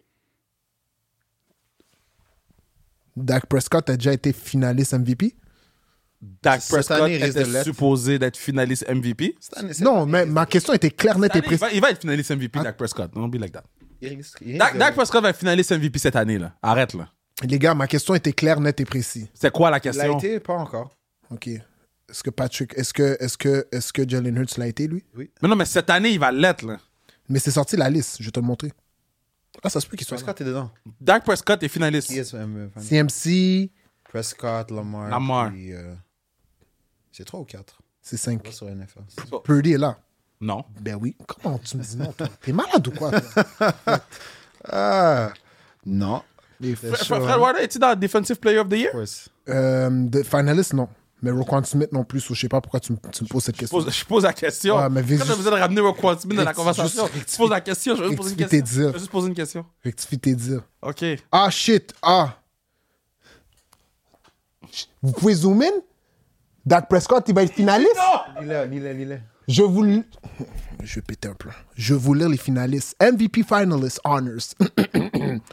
Dak Prescott a déjà été finaliste MVP. Dak Cette Prescott année, il risque de était l'être. supposé d'être finaliste MVP. Non, Ah, mais ma question était claire, nette et Cette année, il, précise. va, il va être finaliste MVP, Dak Prescott. Don't be like that. Il risque- il risque Dak, de- Dak Prescott va être finaliste MVP cette année. là. Arrête. là. Les gars, ma question était claire, nette et précise. C'est quoi la Il a question? été, pas encore. OK. Est-ce que Patrick, est-ce que, est-ce que, est-ce que Jalen Hurts l'a été, lui? Mais non, mais cette année, il va l'être. là. Mais c'est sorti la liste, je vais te le montrer. Ah, ça se peut qu'il soit là. Prescott est dedans. Dak Prescott est finaliste. Qui est euh, fan- CMC, Prescott, Lamar. Lamar. puis, euh, C'est 3 ou 4 c'est 5. Pas sur NFL. Purdy est là. Non. Ben oui. Comment tu me dis non, toi? T'es malade ou quoi? toi? Ah Non. Les Fred- Fr- Fred Warner, est-il dans le Defensive Player of the Year? Euh, de finaliste, non. Mais Roquan Smith non plus, ou je sais pas pourquoi tu, me- tu me poses cette Je question. pose, je pose la question. Ouais, mais Quand juste- t'as besoin de ramener Roquan Smith dans la Juste- conversation, juste- je pose la question. Je vais juste poser une Rectifie question. tes Je dires. vais juste poser une question. Rectifie tes dires. OK. Ah shit, ah. Vous pouvez zoom in? Dak Prescott, il va être finaliste? Il est, il est, il est. Je vous. l- Je vais péter un plan. Je vais vous lire les finalistes. MVP Finalist Honors.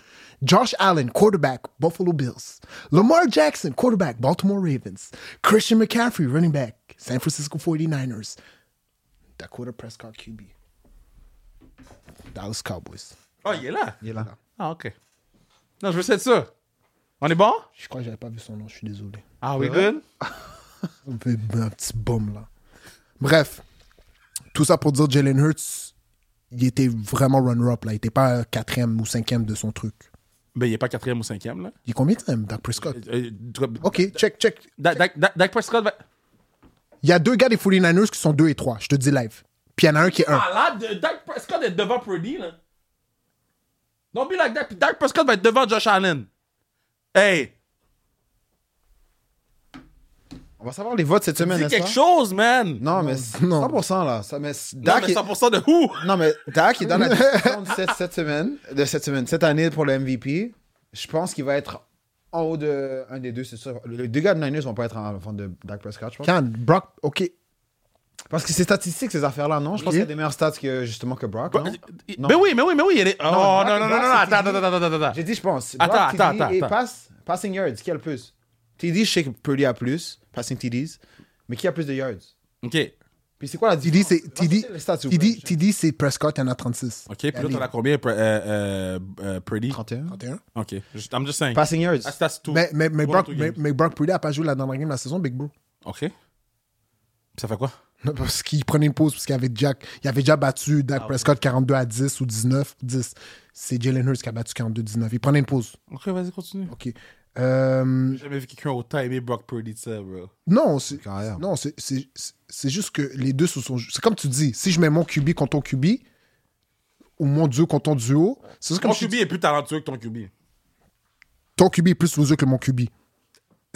Josh Allen, quarterback, Buffalo Bills. Lamar Jackson, quarterback, Baltimore Ravens. Christian McCaffrey, running back, San Francisco 49ers. Dakota Prescott, QB. Dallas Cowboys. Oh, il est là. Il est là. Ah, OK. Non, je veux être sûr. On est bon? Je crois que j'avais pas vu son nom, je suis désolé. Ah, we good? Un peu- un petit bum là. Bref, tout ça pour dire Jalen Hurts, il était vraiment runner-up là. Il était pas euh, quatrième ou cinquième de son truc. Ben, il n'est pas quatrième ou cinquième, là. Il est combien de temps, Dak Prescott? Euh, euh, Oh. Ok, check, check. Dak- Dak Dak- Dak Prescott va... Il y a deux gars des 49ers qui sont deux et trois. Je te dis live. Puis il y en a un qui est un. Malade, euh, Dak Prescott est devant Purdy, là. Don't be like that. Puis Dak Prescott va être devant Josh Allen. Hey, On va savoir les votes cette semaine, dis n'est-ce quelque pas? chose, man. Non, mais Non. 100% là. Ça, mais Non, Dak mais est- 100% de who? Non, mais Dak est dans la discussion de cette, cette semaine, de cette semaine, cette année pour le MVP. Je pense qu'il va être en haut de un des deux, c'est sûr. Les deux gars de Niners vont pas être en fond de Dak Prescott, je pense. Can, Brock, ok. Parce que c'est statistique, ces affaires-là, non? Je pense Oui. qu'il y a des meilleures stats que, justement que Bah, Brock, non? Non. Mais oui, mais oui, mais oui, il est. Oh, non, non, non, non, Dak- non, Dak, c'est attends, attends, fini. attends, attends, attends. J'ai dit, je pense. bah. Attends, Brock, attends, TD attends, Et attends. pass- passing yards, qui a le plus? TD, je sais que Purdy a plus, passing TDs, mais qui a plus de yards? Ok, Puis Ah, c'est quoi la TD, différence? c'est TD, Ressortez les stats, s'il vous plaît. TD, TD, c'est Prescott, il y en a 36. ok, puis là, t'en as combien, Pre- euh, euh, euh, Purdy? 31. 31. Ok, Just- I'm just saying. Passing yards. That's, that's two. Ben, Mais, mais, mais, One or Brock, two mais, games. mais Brock Purdy a pas joué la dernière game de la saison, Big Bro. Ok. Puis Ça fait quoi? Non, Parce qu'il prenait une pause, parce qu'il avait, déjà- il avait déjà battu Dak Ah Prescott 42 à 10 ou 19, 10. C'est Jalen Hurts qui a battu 42-19. Il prenait une pause. Ok, vas-y, continue. OK. Euh, J'ai jamais vu quelqu'un autant aimer Brock Purdy de ça, bro. non, c'est, hein. Carrière. non c'est, c'est, c'est- c'est juste que les deux se sont. C'est comme tu dis, si je mets mon QB contre ton QB, ou mon duo contre ton duo, c'est juste comme Ton si QB est plus talentueux que ton QB. ton QB est plus aux yeux que mon QB.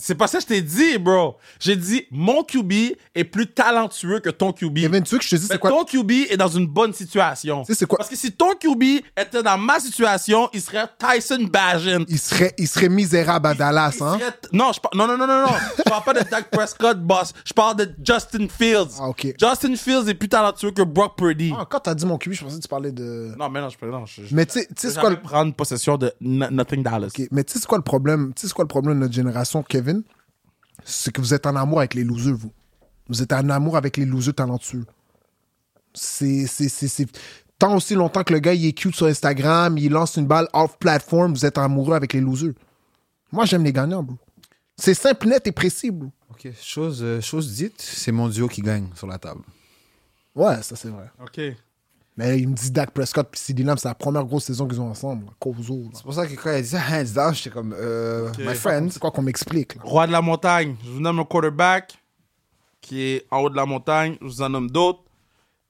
C'est pas ça que je t'ai dit, bro. J'ai dit mon QB est plus talentueux que ton QB. Kevin, tu veux que je te dise Mais c'est quoi? ton QB est dans une bonne situation. Tu sais, c'est quoi? Parce que si ton QB était dans ma situation, il serait Tyson Bagent. Il serait, il serait misérable à Dallas, Il hein? serait- Non, je par- non, non, non, non, non. je parle pas de Dak Prescott, boss. Je parle de Justin Fields. Ah, ok. Justin Fields est plus talentueux que Brock Purdy. Ah, quand t'as dit mon QB, je pensais que tu parlais de. Non, mais non, je peux non, je- je- Mais tu sais- tu je sais, c'est vais quoi jamais le- prendre possession de no- Nothing Dallas. Ok, Mais tu sais c'est quoi le problème? Tu sais c'est quoi le problème de notre génération, Kevin? C'est que vous êtes en amour avec les losers, vous. Vous êtes en amour avec les losers talentueux. C'est, c'est, c'est, c'est- Tant aussi longtemps que le gars il est cute sur Instagram, il lance une balle off-platform, vous êtes amoureux avec les losers. Moi, j'aime les gagnants, bro. C'est simple, net et précis, bro. Ok, chose, euh, chose dite, c'est mon duo qui gagne sur la table. Ouais, ça, c'est vrai. OK. Mais il me dit Dak Prescott puis CD Lamb, c'est la première grosse saison qu'ils ont ensemble. là. Causo, là. C'est pour ça que quand elle dit ça, hands down, j'étais comme, euh, my friend. C'est quoi qu'on m'explique, là? Roi de la montagne, je vous nomme un quarterback qui est en haut de la montagne. Je vous en nomme d'autres.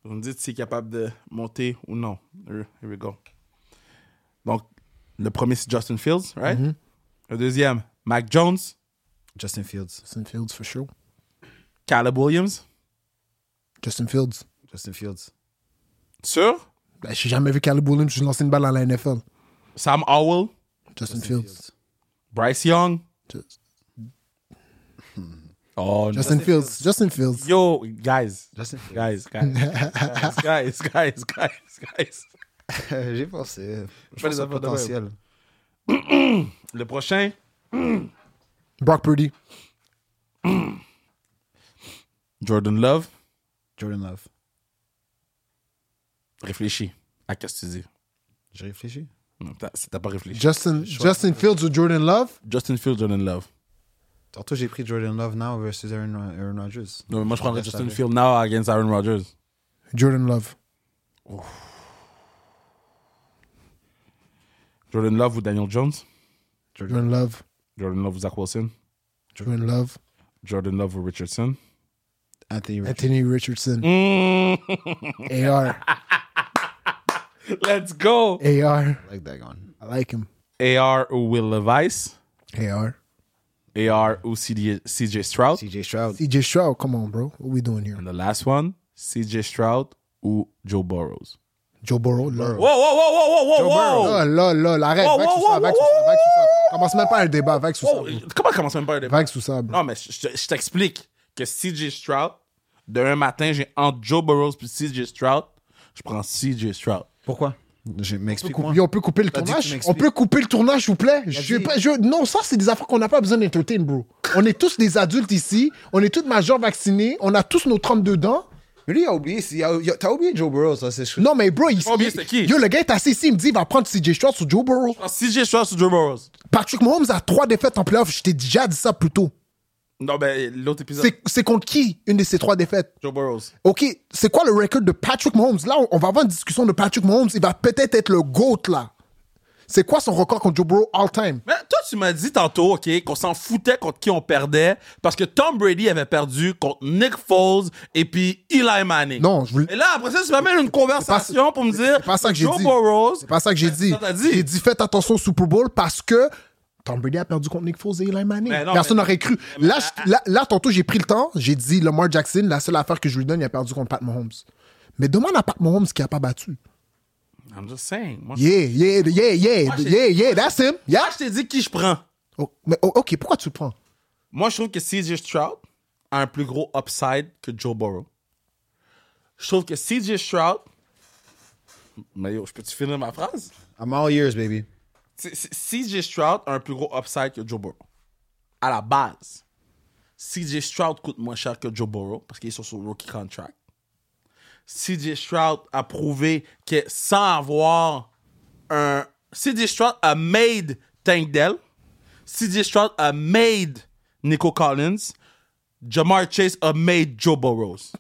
Vous me dites s'il est capable de monter ou non. Here here we go. Donc, le premier, c'est Justin Fields, right? Le deuxième, Mac Jones, Justin Fields. Justin Fields, for sure. Caleb Williams. Justin Fields. Justin Fields. Sûr? Ben, j'ai jamais vu Caleb Williams juste lancer une balle dans la NFL. Sam Howell, Justin, Fields. Bryce Young. Ju- Oh, Justin Fields. Justin Fields. Yo, guys. Justin Fields. Guys, guys, guys, guys, guys, guys, guys. J'ai pensé. euh, Je Pas pense les au affaires de potentiel. Le prochain, Brock Purdy. Jordan Love, Jordan Love. réfléchis à ce que tu dis. J'ai réfléchi. Non, t'as- T'as pas réfléchi. Justin, Justin Fields ou Jordan Love? Justin Fields, Jordan Love. Tantôt, j'ai pris Jordan Love now versus Aaron, Aaron Rodgers. Non, mais moi, je prendrais Ouais, je Justin savais. Fields now against Aaron Rodgers. Jordan Love. Jordan Love ou Daniel Jones. Jordan, Jordan Love. Jordan Love ou Zach Wilson. Jordan Love. Jordan Love ou Richardson. Anthony Richardson. Anthony Richardson. AR. Let's go! AR. I like that one. I like him. AR ou Will Levice. AR. AR ou CJ, CJ Stroud. CJ Stroud. CJ Stroud, come on, bro. What we doing here? And the last one, CJ Stroud ou Joe Burrows. Joe Burrow. Love. Wow, wow, wow, wow, wow, wow, wow! Là, là, là, là, arrête. Wow, vague wow, sous ça, wow, vague wow, sous ça, wow, vague sous ça. Commence même pas un débat, vague sous ça. Wow, bro. Comment commence même pas un débat? Vague sous ça, bro. Non, mais je, je- je t'explique que CJ Stroud, demain matin, j'ai entre Joe Burrows puis CJ Stroud, je prends CJ Stroud. Pourquoi Je M'explique-moi. Yo, on peut couper le T'as dit que tu tournage. On m'expliques. peut couper le tournage, s'il vous plaît. Je Vas-y. suis pas, je- non, ça, c'est des affaires qu'on n'a pas besoin d'entertain, bro. On est tous des adultes ici. On est tous majeurs vaccinés. On a tous nos 32 dents. Mais lui, il a oublié. c'est- il a- il a- T'as oublié Joe Burrow, ça, c'est chou- Non, mais bro, il, Oh, mais c'est qui? Yo, le gars est assis ici. Il me dit, il va prendre CJ Stroud sur Joe Burrow. Je prends CJ Stroud sur Joe Burrows. Patrick Mahomes a trois défaites en playoff. Je t'ai déjà dit ça plus tôt. Non, ben, l'autre épisode, C'est- C'est contre qui, une de ces trois défaites? Joe Burrows. OK, c'est quoi le record de Patrick Mahomes? Là, on- on va avoir une discussion de Patrick Mahomes. Il va peut-être être le GOAT, là. C'est quoi son record contre Joe Burrow all-time? Mais toi, tu m'as dit tantôt, OK, qu'on s'en foutait contre qui on perdait parce que Tom Brady avait perdu contre Nick Foles et puis Eli Manning. Non, je vous Et là, après ça, tu m'amènes une conversation pour me dire c'est pas ça que j'ai Joe dit. Burrows. C'est pas ça que j'ai dit. ça que t'as dit. J'ai dit faites attention au Super Bowl parce que Tom Brady a perdu contre Nick Foles et Eli Manning. Mais non, Personne mais- n'aurait cru. Là, je- là, là, tantôt, j'ai pris le temps. J'ai dit Lamar Jackson, la seule affaire que je lui donne, il a perdu contre Pat Mahomes. Mais demande à Pat Mahomes qui a pas battu. I'm just saying. Moi, Yeah, yeah, yeah, yeah, j'ai- yeah, yeah, that's him. Yeah. Là, je t'ai dit qui je prends. Oh, mais oh, OK, pourquoi tu le prends? Moi, je trouve que CJ Stroud a un plus gros upside que Joe Burrow. Je trouve que CJ Stroud. Mais yo, je peux-tu finir ma phrase? I'm all ears, baby. C'est- c'est- CJ Stroud a un plus gros upside que Joe Burrow. À la base, CJ Stroud coûte moins cher que Joe Burrow parce qu'il est sur son rookie contract. CJ Stroud a prouvé que sans avoir un. CJ Stroud a made Tank Dell. CJ Stroud a made Nico Collins. Jamar Chase a made Joe Burrows.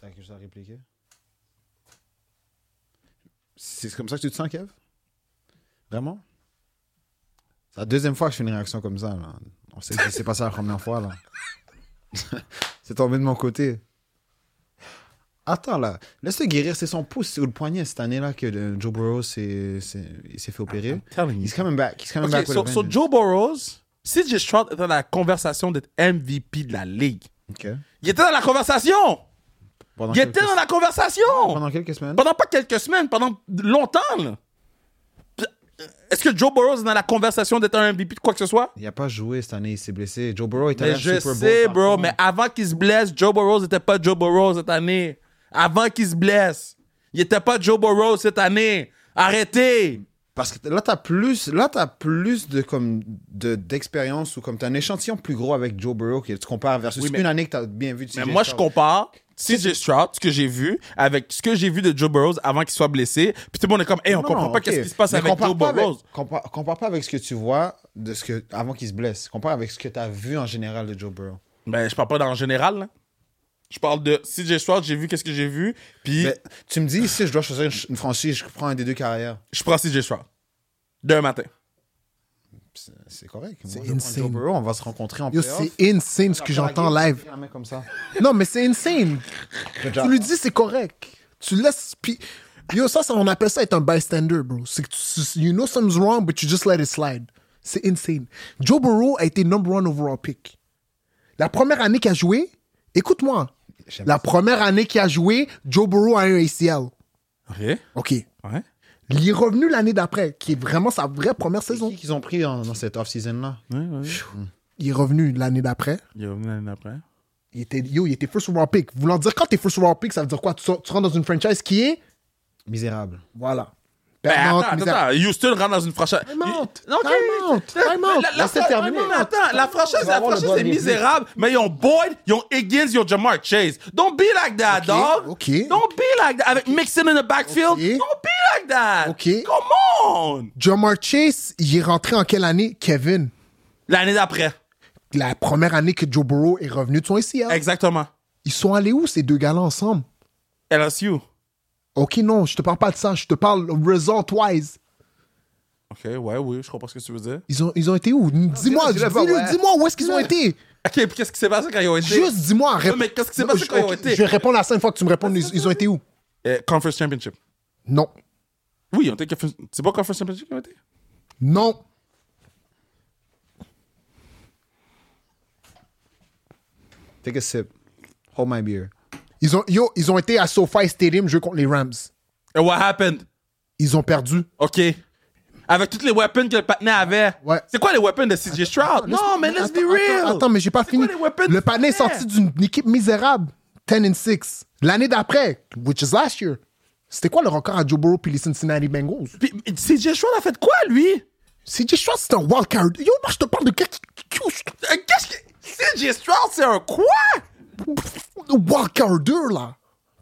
T'as quelque chose à répliquer C'est comme ça que tu te sens, Kev Vraiment C'est la deuxième fois que je fais une réaction comme ça. Là. On sait que c'est passé la première fois. là. c'est tombé de mon côté. Attends là, laisse-le guérir. C'est son pouce ou le poignet cette année-là que euh, Joe Burrow s'est s'est- il s'est fait opérer. telling you. He's coming back. He's coming Ok, back with so, a so vengeance. Joe Burrows, CJ Stroud est dans la conversation d'être MVP de la ligue. Ok. Il était dans la conversation. Pendant Il était quelques- dans la conversation. pendant quelques semaines. Pendant pas quelques semaines, pendant longtemps. là. Puis, euh, Est-ce que Joe Burrow est dans la conversation d'être un MVP de quoi que ce soit? Il n'a pas joué cette année, il s'est blessé. Joe Burrow est allé Mais à je Super Bowl. sais, par bro, contre. mais avant qu'il se blesse, Joe Burrow n'était pas Joe Burrow cette année. Avant qu'il se blesse, il n'était pas Joe Burrow cette année. Arrêtez! Parce que là, t'as plus, là, t'as plus de, comme, de, d'expérience ou comme t'as un échantillon plus gros avec Joe Burrow que tu compares versus Oui, mais- une année que t'as bien vu. de Mais CJ moi, je Stroud. compare CJ Stroud, ce que j'ai vu, avec ce que j'ai vu de Joe Burrows avant qu'il soit blessé. Puis tout le monde est comme, hey, on Non, comprend non, pas ok. qu'est-ce qui se passe Mais avec compare Joe pas avec- Burrows. compare, compare pas avec ce que tu vois de ce que, avant qu'il se blesse. Compare avec ce que t'as vu en général de Joe Burrow. Ben, je parle pas d'en général, là. Je parle de CJ Stroud, j'ai vu qu'est-ce que j'ai vu, puis Ben- Mais tu me dis, si je dois choisir une ch- une franchise, je prends un des deux carrières. je prends CJ Stroud. Demain matin. C'est, c'est correct. Moi, C'est je prends insane. Joe Burrow, on va se rencontrer en Yo, playoff. c'est oh, insane ce que j'entends live. La main comme ça. Non, mais c'est insane. job. tu lui dis, c'est correct. Tu laisses. Puis, yo, ça, ça, on appelle ça être un bystander, bro. C'est que tu, you know something's wrong, but you just let it slide. C'est insane. Joe Burrow a été number one overall pick. La première année qu'il a joué, écoute-moi. J'aime La première année qu'il a joué, Joe Burrow a eu un ACL. OK. OK. Ouais. Il est revenu l'année d'après, qui est vraiment sa vraie première C'est saison. qui qu'ils ont pris en- dans cette off-season-là Ouais, ouais. Il est revenu l'année d'après. Il est revenu l'année d'après. Il était, yo, il était first round pick. Voulant dire, quand t'es first round pick, ça veut dire quoi? Tu, sors- tu rentres dans une franchise qui est. Misérable. Voilà. Ben, attends, Perdante, attends, misérable. attends. Houston rentre dans une franchise. Time out. Non, ok. Time out. La- Time out. la- la- Laissez la- terminer. non, mais attends, la franchise, On va la avoir le franchise droit est de dire. misérable, mais ils ont Boyd, ils ont Higgins, ils ont Jamar Chase. Don't be like that, dog. ok. Don't be like that. Avec Mixon in the backfield, Ok. don't be like that. Ok. Come on. Jamar Chase, il est rentré en quelle année, Kevin? L'année d'après. La première année que Joe Burrow est revenu de son ICL. Exactement. Ils sont allés où, ces deux gars-là, ensemble? LSU. Ok, non, je te parle pas de ça. Je te parle resort-wise. Ok, ouais, oui, je comprends ce que tu veux dire. Ils ont, ils ont été où? Dis-moi, dis-le pas, dis-le, ouais. dis-moi où est-ce qu'ils ont été. Ok, puis qu'est-ce qui s'est passé quand ils ont été? Juste dis-moi. rép- Non, mais qu'est-ce qui s'est passé Je- quand ils ont ok, été? Je vais répondre à ça une fois que tu me réponds. Ils, ils ont été où? Eh, Conference Championship. Non. Oui, ils ont été. conference- C'est pas Conference Championship qu'ils ont été? Non. Take a sip. Hold my beer. Ils ont, yo, ils ont été à SoFi Stadium jouer contre les Rams. And what happened? Ils ont perdu. OK. Avec toutes les weapons que le patinet avait. Ouais. C'est quoi les weapons de CJ Stroud? non, mais let's be Attends, real. Attends, attends, mais j'ai pas C'est fini. quoi les weapons Le du panier est sorti d'une équipe misérable. 10 and 6. L'année d'après, which is last year. C'était quoi le record à Joe Burrow puis les Cincinnati Bengals? Puis, CJ Stroud a fait quoi, lui? C'est je crois que c'est un wild card. Yo, moi, je te parle de quelqu'un qui- qui- qui- Euh, Qu'est-ce que. CJ Stroud, c'est un quoi? wild cardeur, là.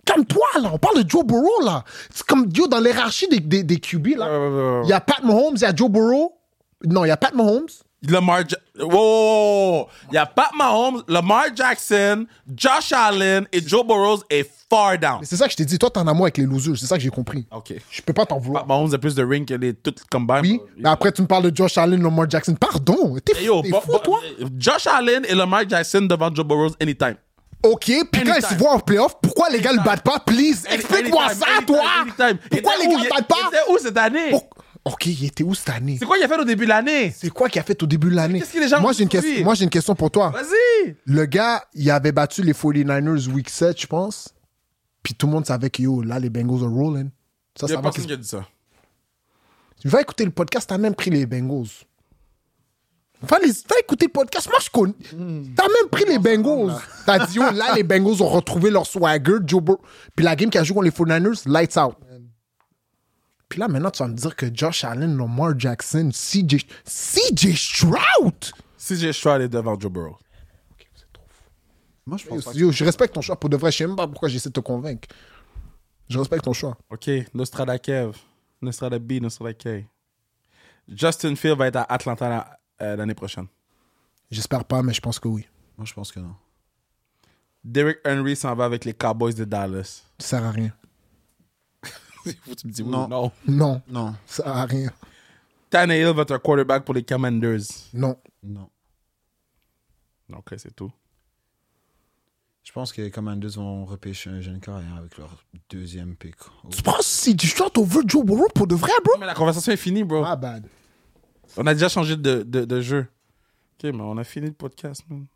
Calme-toi, là. On parle de Joe Burrow, là. C'est comme, yo, dans l'hierarchie des, des, des QB, Ouais, ouais, ouais, là. ouais. Il y a Pat Mahomes, il y a Joe Burrow. Non, il y a Pat Mahomes. Lamar. Ja- Wow, wow, wow. Il y a Pat Mahomes, Lamar Jackson, Josh Allen et Joe Burrows est far down. Mais c'est ça que je t'ai dit. Toi, t'en as moins avec les losers. C'est ça que j'ai compris. OK. Je peux pas t'en Pat vouloir. Mahomes a plus de rings que les toutes combined. Oui, mais après, tu me parles de Josh Allen, Lamar Jackson. Pardon, t'es Hey, fou, yo, t'es bo- fou, bo- toi? Josh Allen et Lamar Jackson devant Joe Burrows anytime. OK, puis quand ils se Anytime. voient en playoff, pourquoi les gars le battent pas, please? Explique-moi Anytime, ça, anytime, toi! anytime. Il Pourquoi était les où? gars Il- le battent pas? Il était où cette année? Pour- OK, il était où cette année? C'est quoi qu'il a fait au début de l'année? C'est quoi qu'il a fait au début de l'année? Qu'est-ce que les gens Moi, ont j'ai une, dit? question- moi, j'ai une question pour toi. Vas-y! Le gars, il avait battu les 49ers week 7, je pense. Puis tout le monde savait que, yo, là, les Bengals are rolling. Ça, Il y ça a va. personne qui a dit ça. Va écouter le podcast, t'as même pris les Bengals. Va, les- va écouter le podcast, moi je connais. Hmm. T'as même pris les Bengals. T'as dit, yo, là, les Bengals ont retrouvé leur swagger, Joe Burrow. Puis la game qui a joué contre les 49ers, lights out. Puis là, maintenant, tu vas me dire que Josh Allen, Lamar Jackson, CJ, CJ Stroud. CJ Stroud est devant Joe Burrow. Moi, je pense pas que- Yo, je respecte ton choix. Pour de vrai, je sais même pas pourquoi j'essaie de te convaincre. Je respecte ton choix. OK, Nostradakev. Nostrada B, Nostrada K. Justin Field va être à Atlanta la- euh, l'année prochaine. J'espère pas, mais je pense que oui. Moi, je pense que non. Derrick Henry s'en va avec les Cowboys de Dallas. Ça sert à rien. Faut que tu me dis oui Non. ou non. Non, Non. ça sert à rien. Tannehill va être un quarterback pour les Commanders. Non. Non. OK, c'est tout. Je pense que les Commanders vont repêcher un jeune carrière avec leur deuxième pick. Oh. Tu penses CJ Stroud over Joe Burrow pour de vrai, bro? Mais la conversation est finie, bro. My bad. On a déjà changé de, de, de jeu. OK, mais on a fini le podcast, man.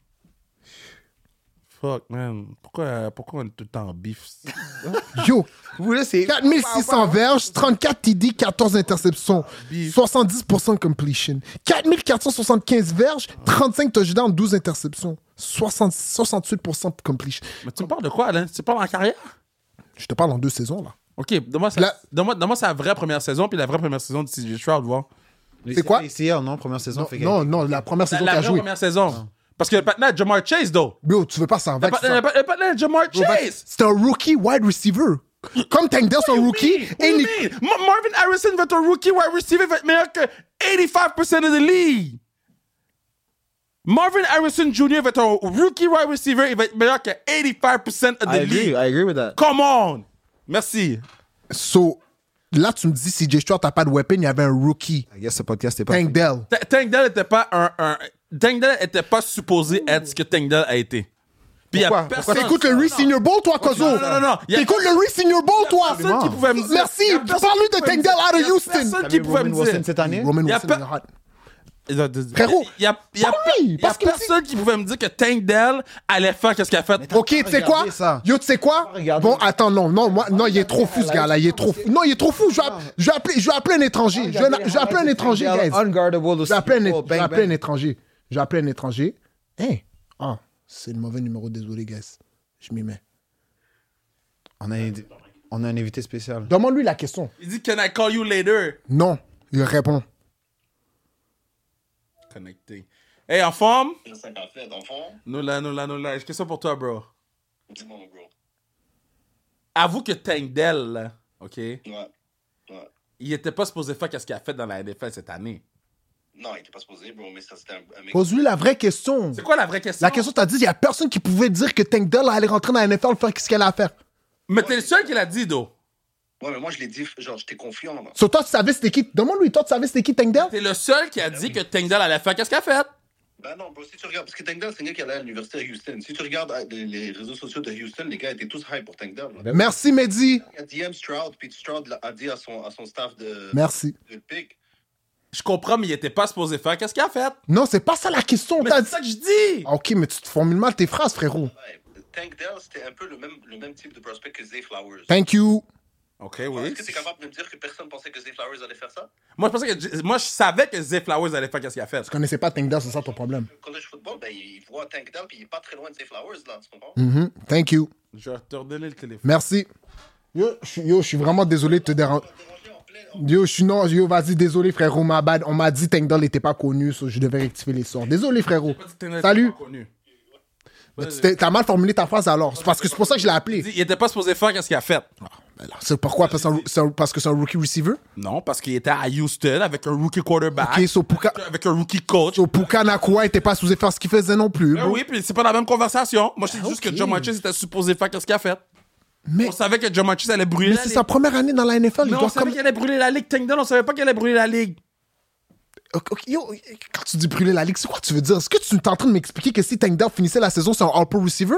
Fuck, man. Pourquoi, pourquoi on est tout le temps en bif? Yo, 4600 verges, 34 TD, 14 interceptions, 70% completion, 4475 verges, 35 touchdowns, 12 interceptions, 60 68% completion. mais tu me parles de quoi, là? Tu parles en carrière? Je te parle en deux saisons, là. OK, donne-moi sa, La- donne-moi- donne-moi sa vraie première saison, puis la vraie première saison de CJ Stroud, voir. C'est quoi? Les CL, non? Première saison. Non, fait que- non, non, la première La, saison la qu'il a vraie joué. première saison. Parce que le patin de Jamar Chase, though. Yo, tu veux pas s'en Le vague? patin, le pat- le patin de Jamar Chase! C'est un rookie wide receiver. Comme Tank Dell, c'est un rookie. What do Et you Nick- mean? Ma- Marvin Harrison va être un rookie wide receiver, va être meilleur que 85% of the league. Marvin Harrison Jr. va être un rookie wide receiver, il va être meilleur que 85% of I the agree, league. I agree with that. Come on! Merci. So, là, tu me dis, CJ Stroud, t'as pas de weapon, il y avait un rookie. I guess ce podcast n'est pas. Tank Dell. Ta- Tank Dell n'était pas un, un- Tank Dell était pas supposé être ce que Tank Dell a été. Puis il y a Pourquoi? personne. T'écoutes le Reese Senior Bowl, toi, Kozo? non, non, non. Y a- T'écoutes le Reese Senior Bowl, toi? Personne qui pouvait me dire. Merci. Y a personne Parle-lui de qui pouvait me Tank Dell dire. out Y a of Houston. Personne qui pouvait Roman me Wilson dire. cette année? Roman Y a Wilson, pe- il est hot. Frérot, Frérot, il y a, y a, parle-lui, y a parce que- personne qui pouvait me dire que Tank Dell allait faire qu'est-ce qu'il a fait. Ok, tu sais quoi? Regardez ça. Yo, tu sais quoi? Regardez. Bon, attends, non, non, moi, non, il est trop fou, ce gars-là. Il est trop fou. Non, il est trop fou. Je vais app- je vais appeler, je vais appeler un étranger. Je vais, je vais appeler un étranger, guys. Unguardable Je vais appeler un, je vais appeler un étranger. Je vais appeler un étranger. Hein? Ah, C'est le mauvais numéro, désolé, guys. Je m'y mets. On a, un- on a un invité spécial. Demande-lui la question. Il dit Can I call you later? Non, il répond. Connecté. Hey, en forme? 57, en fond, Nous là, nous là, nous là. J'ai une question pour toi, bro. dis-moi, mon bro. Avoue que Tank Dell, là, OK? Ouais. ouais. Il était pas supposé faire ce qu'il a fait dans la NFL cette année. Non, il était pas supposé, bro, mais ça, c'était un, un mec. Pose-lui la vraie question. C'est quoi la vraie question? La question, t'as dit, il n'y a personne qui pouvait dire que Tank Dell allait rentrer dans la NFL faire ce qu'elle a à faire. Mais t'es le seul qui l'a dit, Do. Ouais, mais moi, je l'ai dit, genre, j'étais confiant. là. Sur toi, tu savais c'était qui Demande-lui, toi, tu savais c'était qui Tank Dell T'es le seul qui a dit que Tank Dell allait faire qu'est-ce qu'il a fait. Ben non, bro, si tu regardes, parce que Tankdale, c'est un gars qui allait à l'université à Houston. Si tu regardes euh, les- les réseaux sociaux de Houston, les gars étaient tous hype pour Tankdale. Ben- là. Merci, Mehdi. Il y a DM Stroud, puis Stroud l'a- a dit à son, à son staff de, Merci. de pick. Je comprends, mais il était pas supposé faire qu'est-ce qu'il a fait. Non, c'est pas ça la question. Mais t'as c'est dit- ça que je dis. Ah, ok, mais tu te formules mal tes phrases, frérot. Ouais. Tankdale, c'était un peu le même, le même type de prospect que Zay Flowers. Thank you. OK, Ouais, oui. Est-ce que t'es capable de me dire que personne pensait que Zay Flowers allait faire ça? Moi, je pensais que... Moi, je savais que Zay Flowers allait faire qu'est-ce qu'il a fait. Tu connaissais pas Tank Dell, c'est ça ton problème. Quand je football, ben, il voit Tankdale, puis il est pas très loin de Zay Flowers, là, tu comprends? Mhm. Thank you. Je vais te redonner le téléphone. Merci. Yo, je suis- yo, je suis vraiment désolé de te déranger. Yo, je suis non, yo, vas-y, désolé frérot, ma bad. On m'a dit Tank Dell n'était pas connu, so je devais rectifier les sorts. Désolé frérot. Pas dit que Tank Dell était Salut. pas connu. Mais tu t'es- T'as mal formulé ta phrase alors. C'est parce que c'est pour ça que je l'ai appelé. Il dit, il était pas supposé faire qu'est-ce qu'il a fait. Ben là, C'est pourquoi parce, que c'est un- c'est un- parce que c'est un rookie receiver. Non, parce qu'il était à Houston avec un rookie Ah. quarterback, Ok, so Puka, avec un rookie coach. so Puka Nakua était pas supposé faire ce qu'il faisait non plus. Ben bro. oui, puis c'est pas la même conversation. Moi, je dis Ah, juste ok. que John Matches était supposé faire qu'est-ce qu'il a fait. Mais, On savait que John Matches allait brûler mais la c'est ligue. sa première année dans la NFL. il Mais on doit savait comme... qu'il allait brûler la ligue. Tangdon, on savait pas qu'il allait brûler la ligue. Ok, ok, yo, quand tu dis brûler la ligue, c'est quoi que tu veux dire? Est-ce que tu es en train de m'expliquer que si Tank Dell finissait la saison, c'est un All-Pro receiver?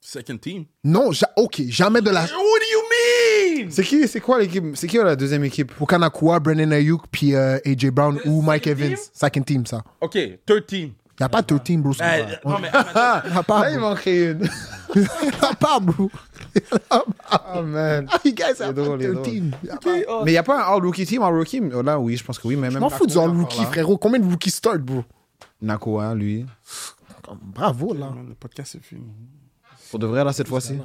Second team. Non, ja- ok, jamais de la. What do you mean? C'est qui, c'est quoi l'équipe C'est qui la deuxième équipe Puka Nakua, Brennan Ayuk, puis euh, AJ Brown ou Mike second Evans. team? Second team, ça. OK, third team. Y a pas de team, bro. Ben, Eh, Il non, mais attends, Y a pas, Là, Ah, il bro. m'en crée une. Y a pas, bro. oh man. Ah, you guys, y a est pas drôle, il est de team. Y a pas- Mais il n'y a pas un all-rookie team, all-rookie Oh Là, oui, je pense que oui, mais Oh. même. Je m'en fous du Nakua, all-rookie, là. frérot. Combien de rookies start, bro? Nakua, lui. Bravo, là. le podcast est fini. Pour de vrai, là, cette fois-ci.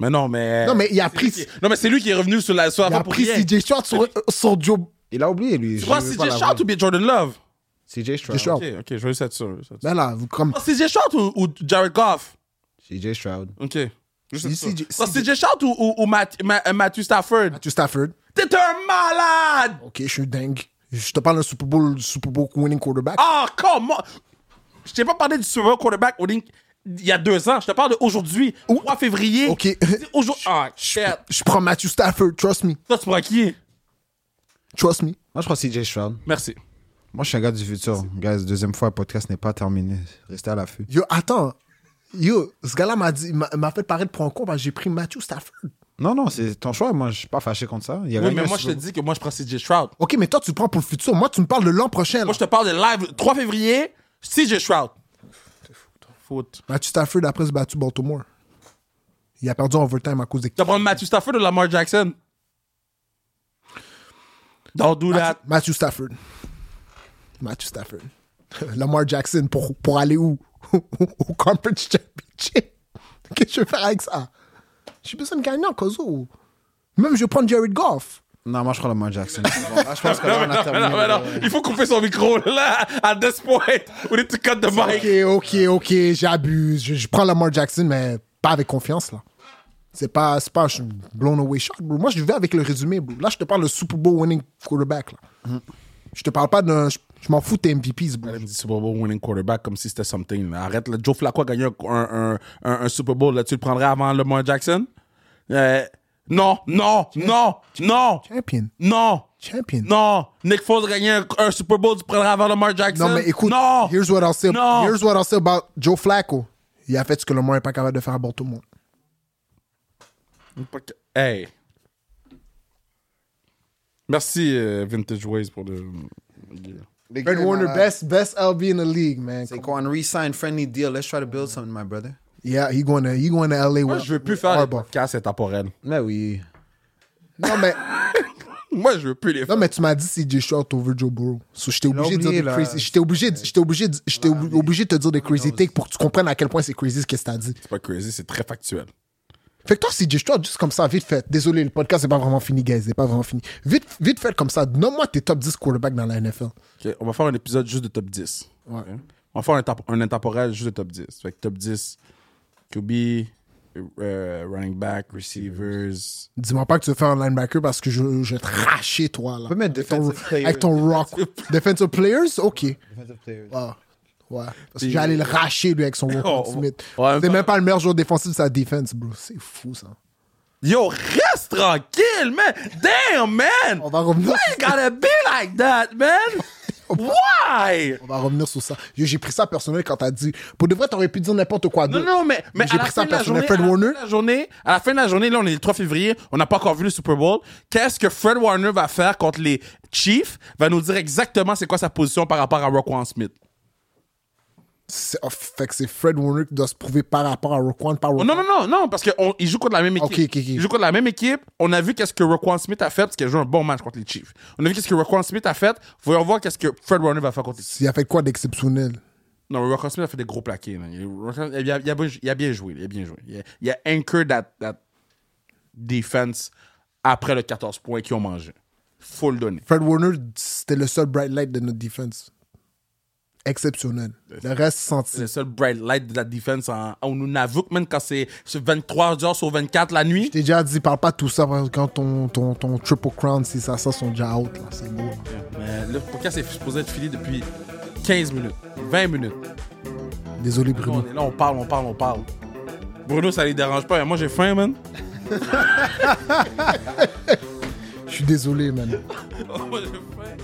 Mais non, mais. Non, mais il a C'est pris- lui qui- Non, mais c'est lui qui est revenu sur la Il soirée a pour pris rien. CJ Stroud sur, euh, sur Joe. Il a oublié, lui. Tu crois Je veux CJ pas l'avouer. Stroud ou bien Jordan Love? CJ Stroud. Stroud. OK, OK, je vais juste être sûr. juste être sûr. Ben là, vous, comme. Ah, CJ Stroud ou, ou Jared Goff? CJ Stroud. OK. Juste être Si- sûr. CJ Ah, CJ Stroud ou, ou, ou Matt- Ma- euh, Matthew Stafford? Matthew Stafford. T'es un malade! Ok, je suis dingue. Je te parle d'un Super Bowl, Super Bowl winning quarterback. Ah, comment? Je t'ai pas parlé du Super Bowl quarterback au link il y a deux ans. Je te parle d'aujourd'hui, 3 février. Ok. C'est Aujourd'hui. Ah, shit. Je prends Matthew Stafford, trust me. Toi, tu prends qui? Trust me. Moi, je crois CJ Stroud. Merci. Moi, je suis un gars du futur. Guys, deuxième fois, le podcast n'est pas terminé. Restez à l'affût. Yo, attends. Yo, ce gars-là m'a dit, m'a m'a fait paraître pour un con parce que j'ai pris Matthew Stafford. Non, non, c'est ton choix. Moi, je suis pas fâché contre ça. Il y a Oui, gagné mais un moi, je te Super dis que moi, je prends CJ Shroud. Ok, mais toi, tu le prends pour le futur. Moi, tu me parles de l'an prochain. là. Moi, je te parle de live 3 février, CJ Shroud. Faute. Matthew Stafford, après, se battu Baltimore. Il a perdu en overtime à cause des. Tu vas prendre Matthew Stafford ou Lamar Jackson? Don't do that. Matthew Stafford. Matthew Stafford. Lamar Jackson, pour, pour aller où Au Conference Championship. Qu'est-ce que je vais faire avec ça J'ai besoin de gagner en caso. Même je vais prendre Jared Goff. Bowl. Non, moi, je crois Lamar Jackson. Bon, là, je pense que là, on a Non, non, terminé. non, non. Il faut couper son micro, là, à this point. We need to cut the mic. Ok, ok, ok, j'abuse. Je, je prends Lamar Jackson, mais pas avec confiance, là. C'est pas, c'est pas, je suis blown away shot, bro. Moi, je vais avec le résumé, bro. Là, je te parle de Super Bowl winning quarterback, là. Je te parle pas d'un. Je, je m'en fous de tes MVPs, bro. Elle me dit Super Bowl winning quarterback comme si c'était something. là. Arrête, là. Joe Flacco a gagné un, un- un- un Super Bowl. Là, tu le prendrais avant Lamar Jackson? Euh, non, non, non, non, Champion. non, Champion. non. Nick Foles a gagné un, un Super Bowl, tu le prendrais avant Lamar Jackson? Non, mais écoute, Non! here's, what I'll say, Non. here's what I'll say about Joe Flacco. Il a fait ce que le monde n'est pas capable de faire à Baltimore. Hey. Merci, euh, Vintage Ways, pour le. Les gars, Fred Warner, malade. best, best LB in the league, man. C'est quoi, un re-sign friendly deal? Let's try to build something, my brother. Yeah, he going to, he going to LA. Moi, with- Ah, je veux plus with faire un Harbaugh. podcast intemporel. Mais oui. Non, mais Moi, je veux plus les Non, faire. mais tu m'as dit CJ Stroud over Joe Burrow. So, j'étais obligé de dire oublié, des là. crazy. J'étais obligé, de- j'étais obligé, de- j'étais obli- obligé de te dire des crazy takes pour que tu comprennes à quel point c'est crazy ce que t'as dit. C'est pas crazy, c'est très factuel. Fait que toi, CJ Stroud, juste comme ça, vite fait. Désolé, le podcast, c'est pas vraiment fini, guys. C'est pas vraiment fini. Vite, vite fait comme ça. Nomme-moi tes top 10 quarterbacks dans la NFL. Ok, On va faire un épisode juste de top 10. Ouais. Ok? On va faire un, tap- un intemporel juste de top 10. Fait que top 10, QB, euh, running back, receivers. Dis-moi pas que tu veux faire un linebacker parce que je, je vais te racher, toi, là. peut mettre Avec ton- defensive players. Avec ton rock. defensive players? OK. Defensive Ah. Ouais. Parce que j'allais le euh, racher, lui, avec son rock Oh, Smith. ouais, en même c'est temps- même pas le meilleur joueur défensif de sa défense, bro. C'est fou, ça. Yo, reste tranquille, man! Damn, man! On va revenir Why you gotta be like that, man? Why? On va revenir sur ça. Yo, J'ai pris ça personnel quand t'as dit. Pour de vrai, t'aurais pu dire n'importe quoi Non, d'autre. non, mais, mais J'ai à la pris ça fin de la personnel. journée, Fred à la fin Warner. de la journée, à la fin de la journée, là, on est le 3 février, on n'a pas encore vu le Super Bowl. Qu'est-ce que Fred Warner va faire contre les Chiefs? Va nous dire exactement c'est quoi sa position par rapport à Roquan Smith. C'est- oh, fait que c'est Fred Warner qui doit se prouver par rapport à Roquan, par Oh, Roquan. non, non, non, non, parce qu'ils jouent contre la même équipe. Ok, ok, ok. Ils jouent contre la même équipe. On a vu qu'est-ce que Roquan Smith a fait, parce qu'il a joué un bon match contre les Chiefs. On a vu qu'est-ce que Roquan Smith a fait. Voyons voir qu'est-ce que Fred Warner va faire contre les Chiefs. Il a fait quoi d'exceptionnel? Non, mais Roquan Smith a fait des gros plaqués. man. Il, Roquan- il a, il a bien- il a bien joué. Il a bien joué. Il a, il a anchored that, that defense après le 14 points qu'ils ont mangé. Faut le donner. Fred Warner, c'était le seul bright light de notre défense. Exceptionnel. Le reste, C'est senti. le seul bright light de la defense en, en Nunavuk, même quand c'est c'est 23 heures sur 24 la nuit. Je t'ai déjà dit, parle pas de tout ça parce que quand ton, ton, ton Triple Crown, si ça, ça sont déjà out. là. C'est beau. Mais le podcast est supposé être fini depuis 15 minutes, 20 minutes. Désolé, Là, Bruno. on est là, on parle, on parle, on parle. Bruno, ça les dérange pas, mais moi j'ai faim, man. Je suis désolé, man. moi j'ai faim.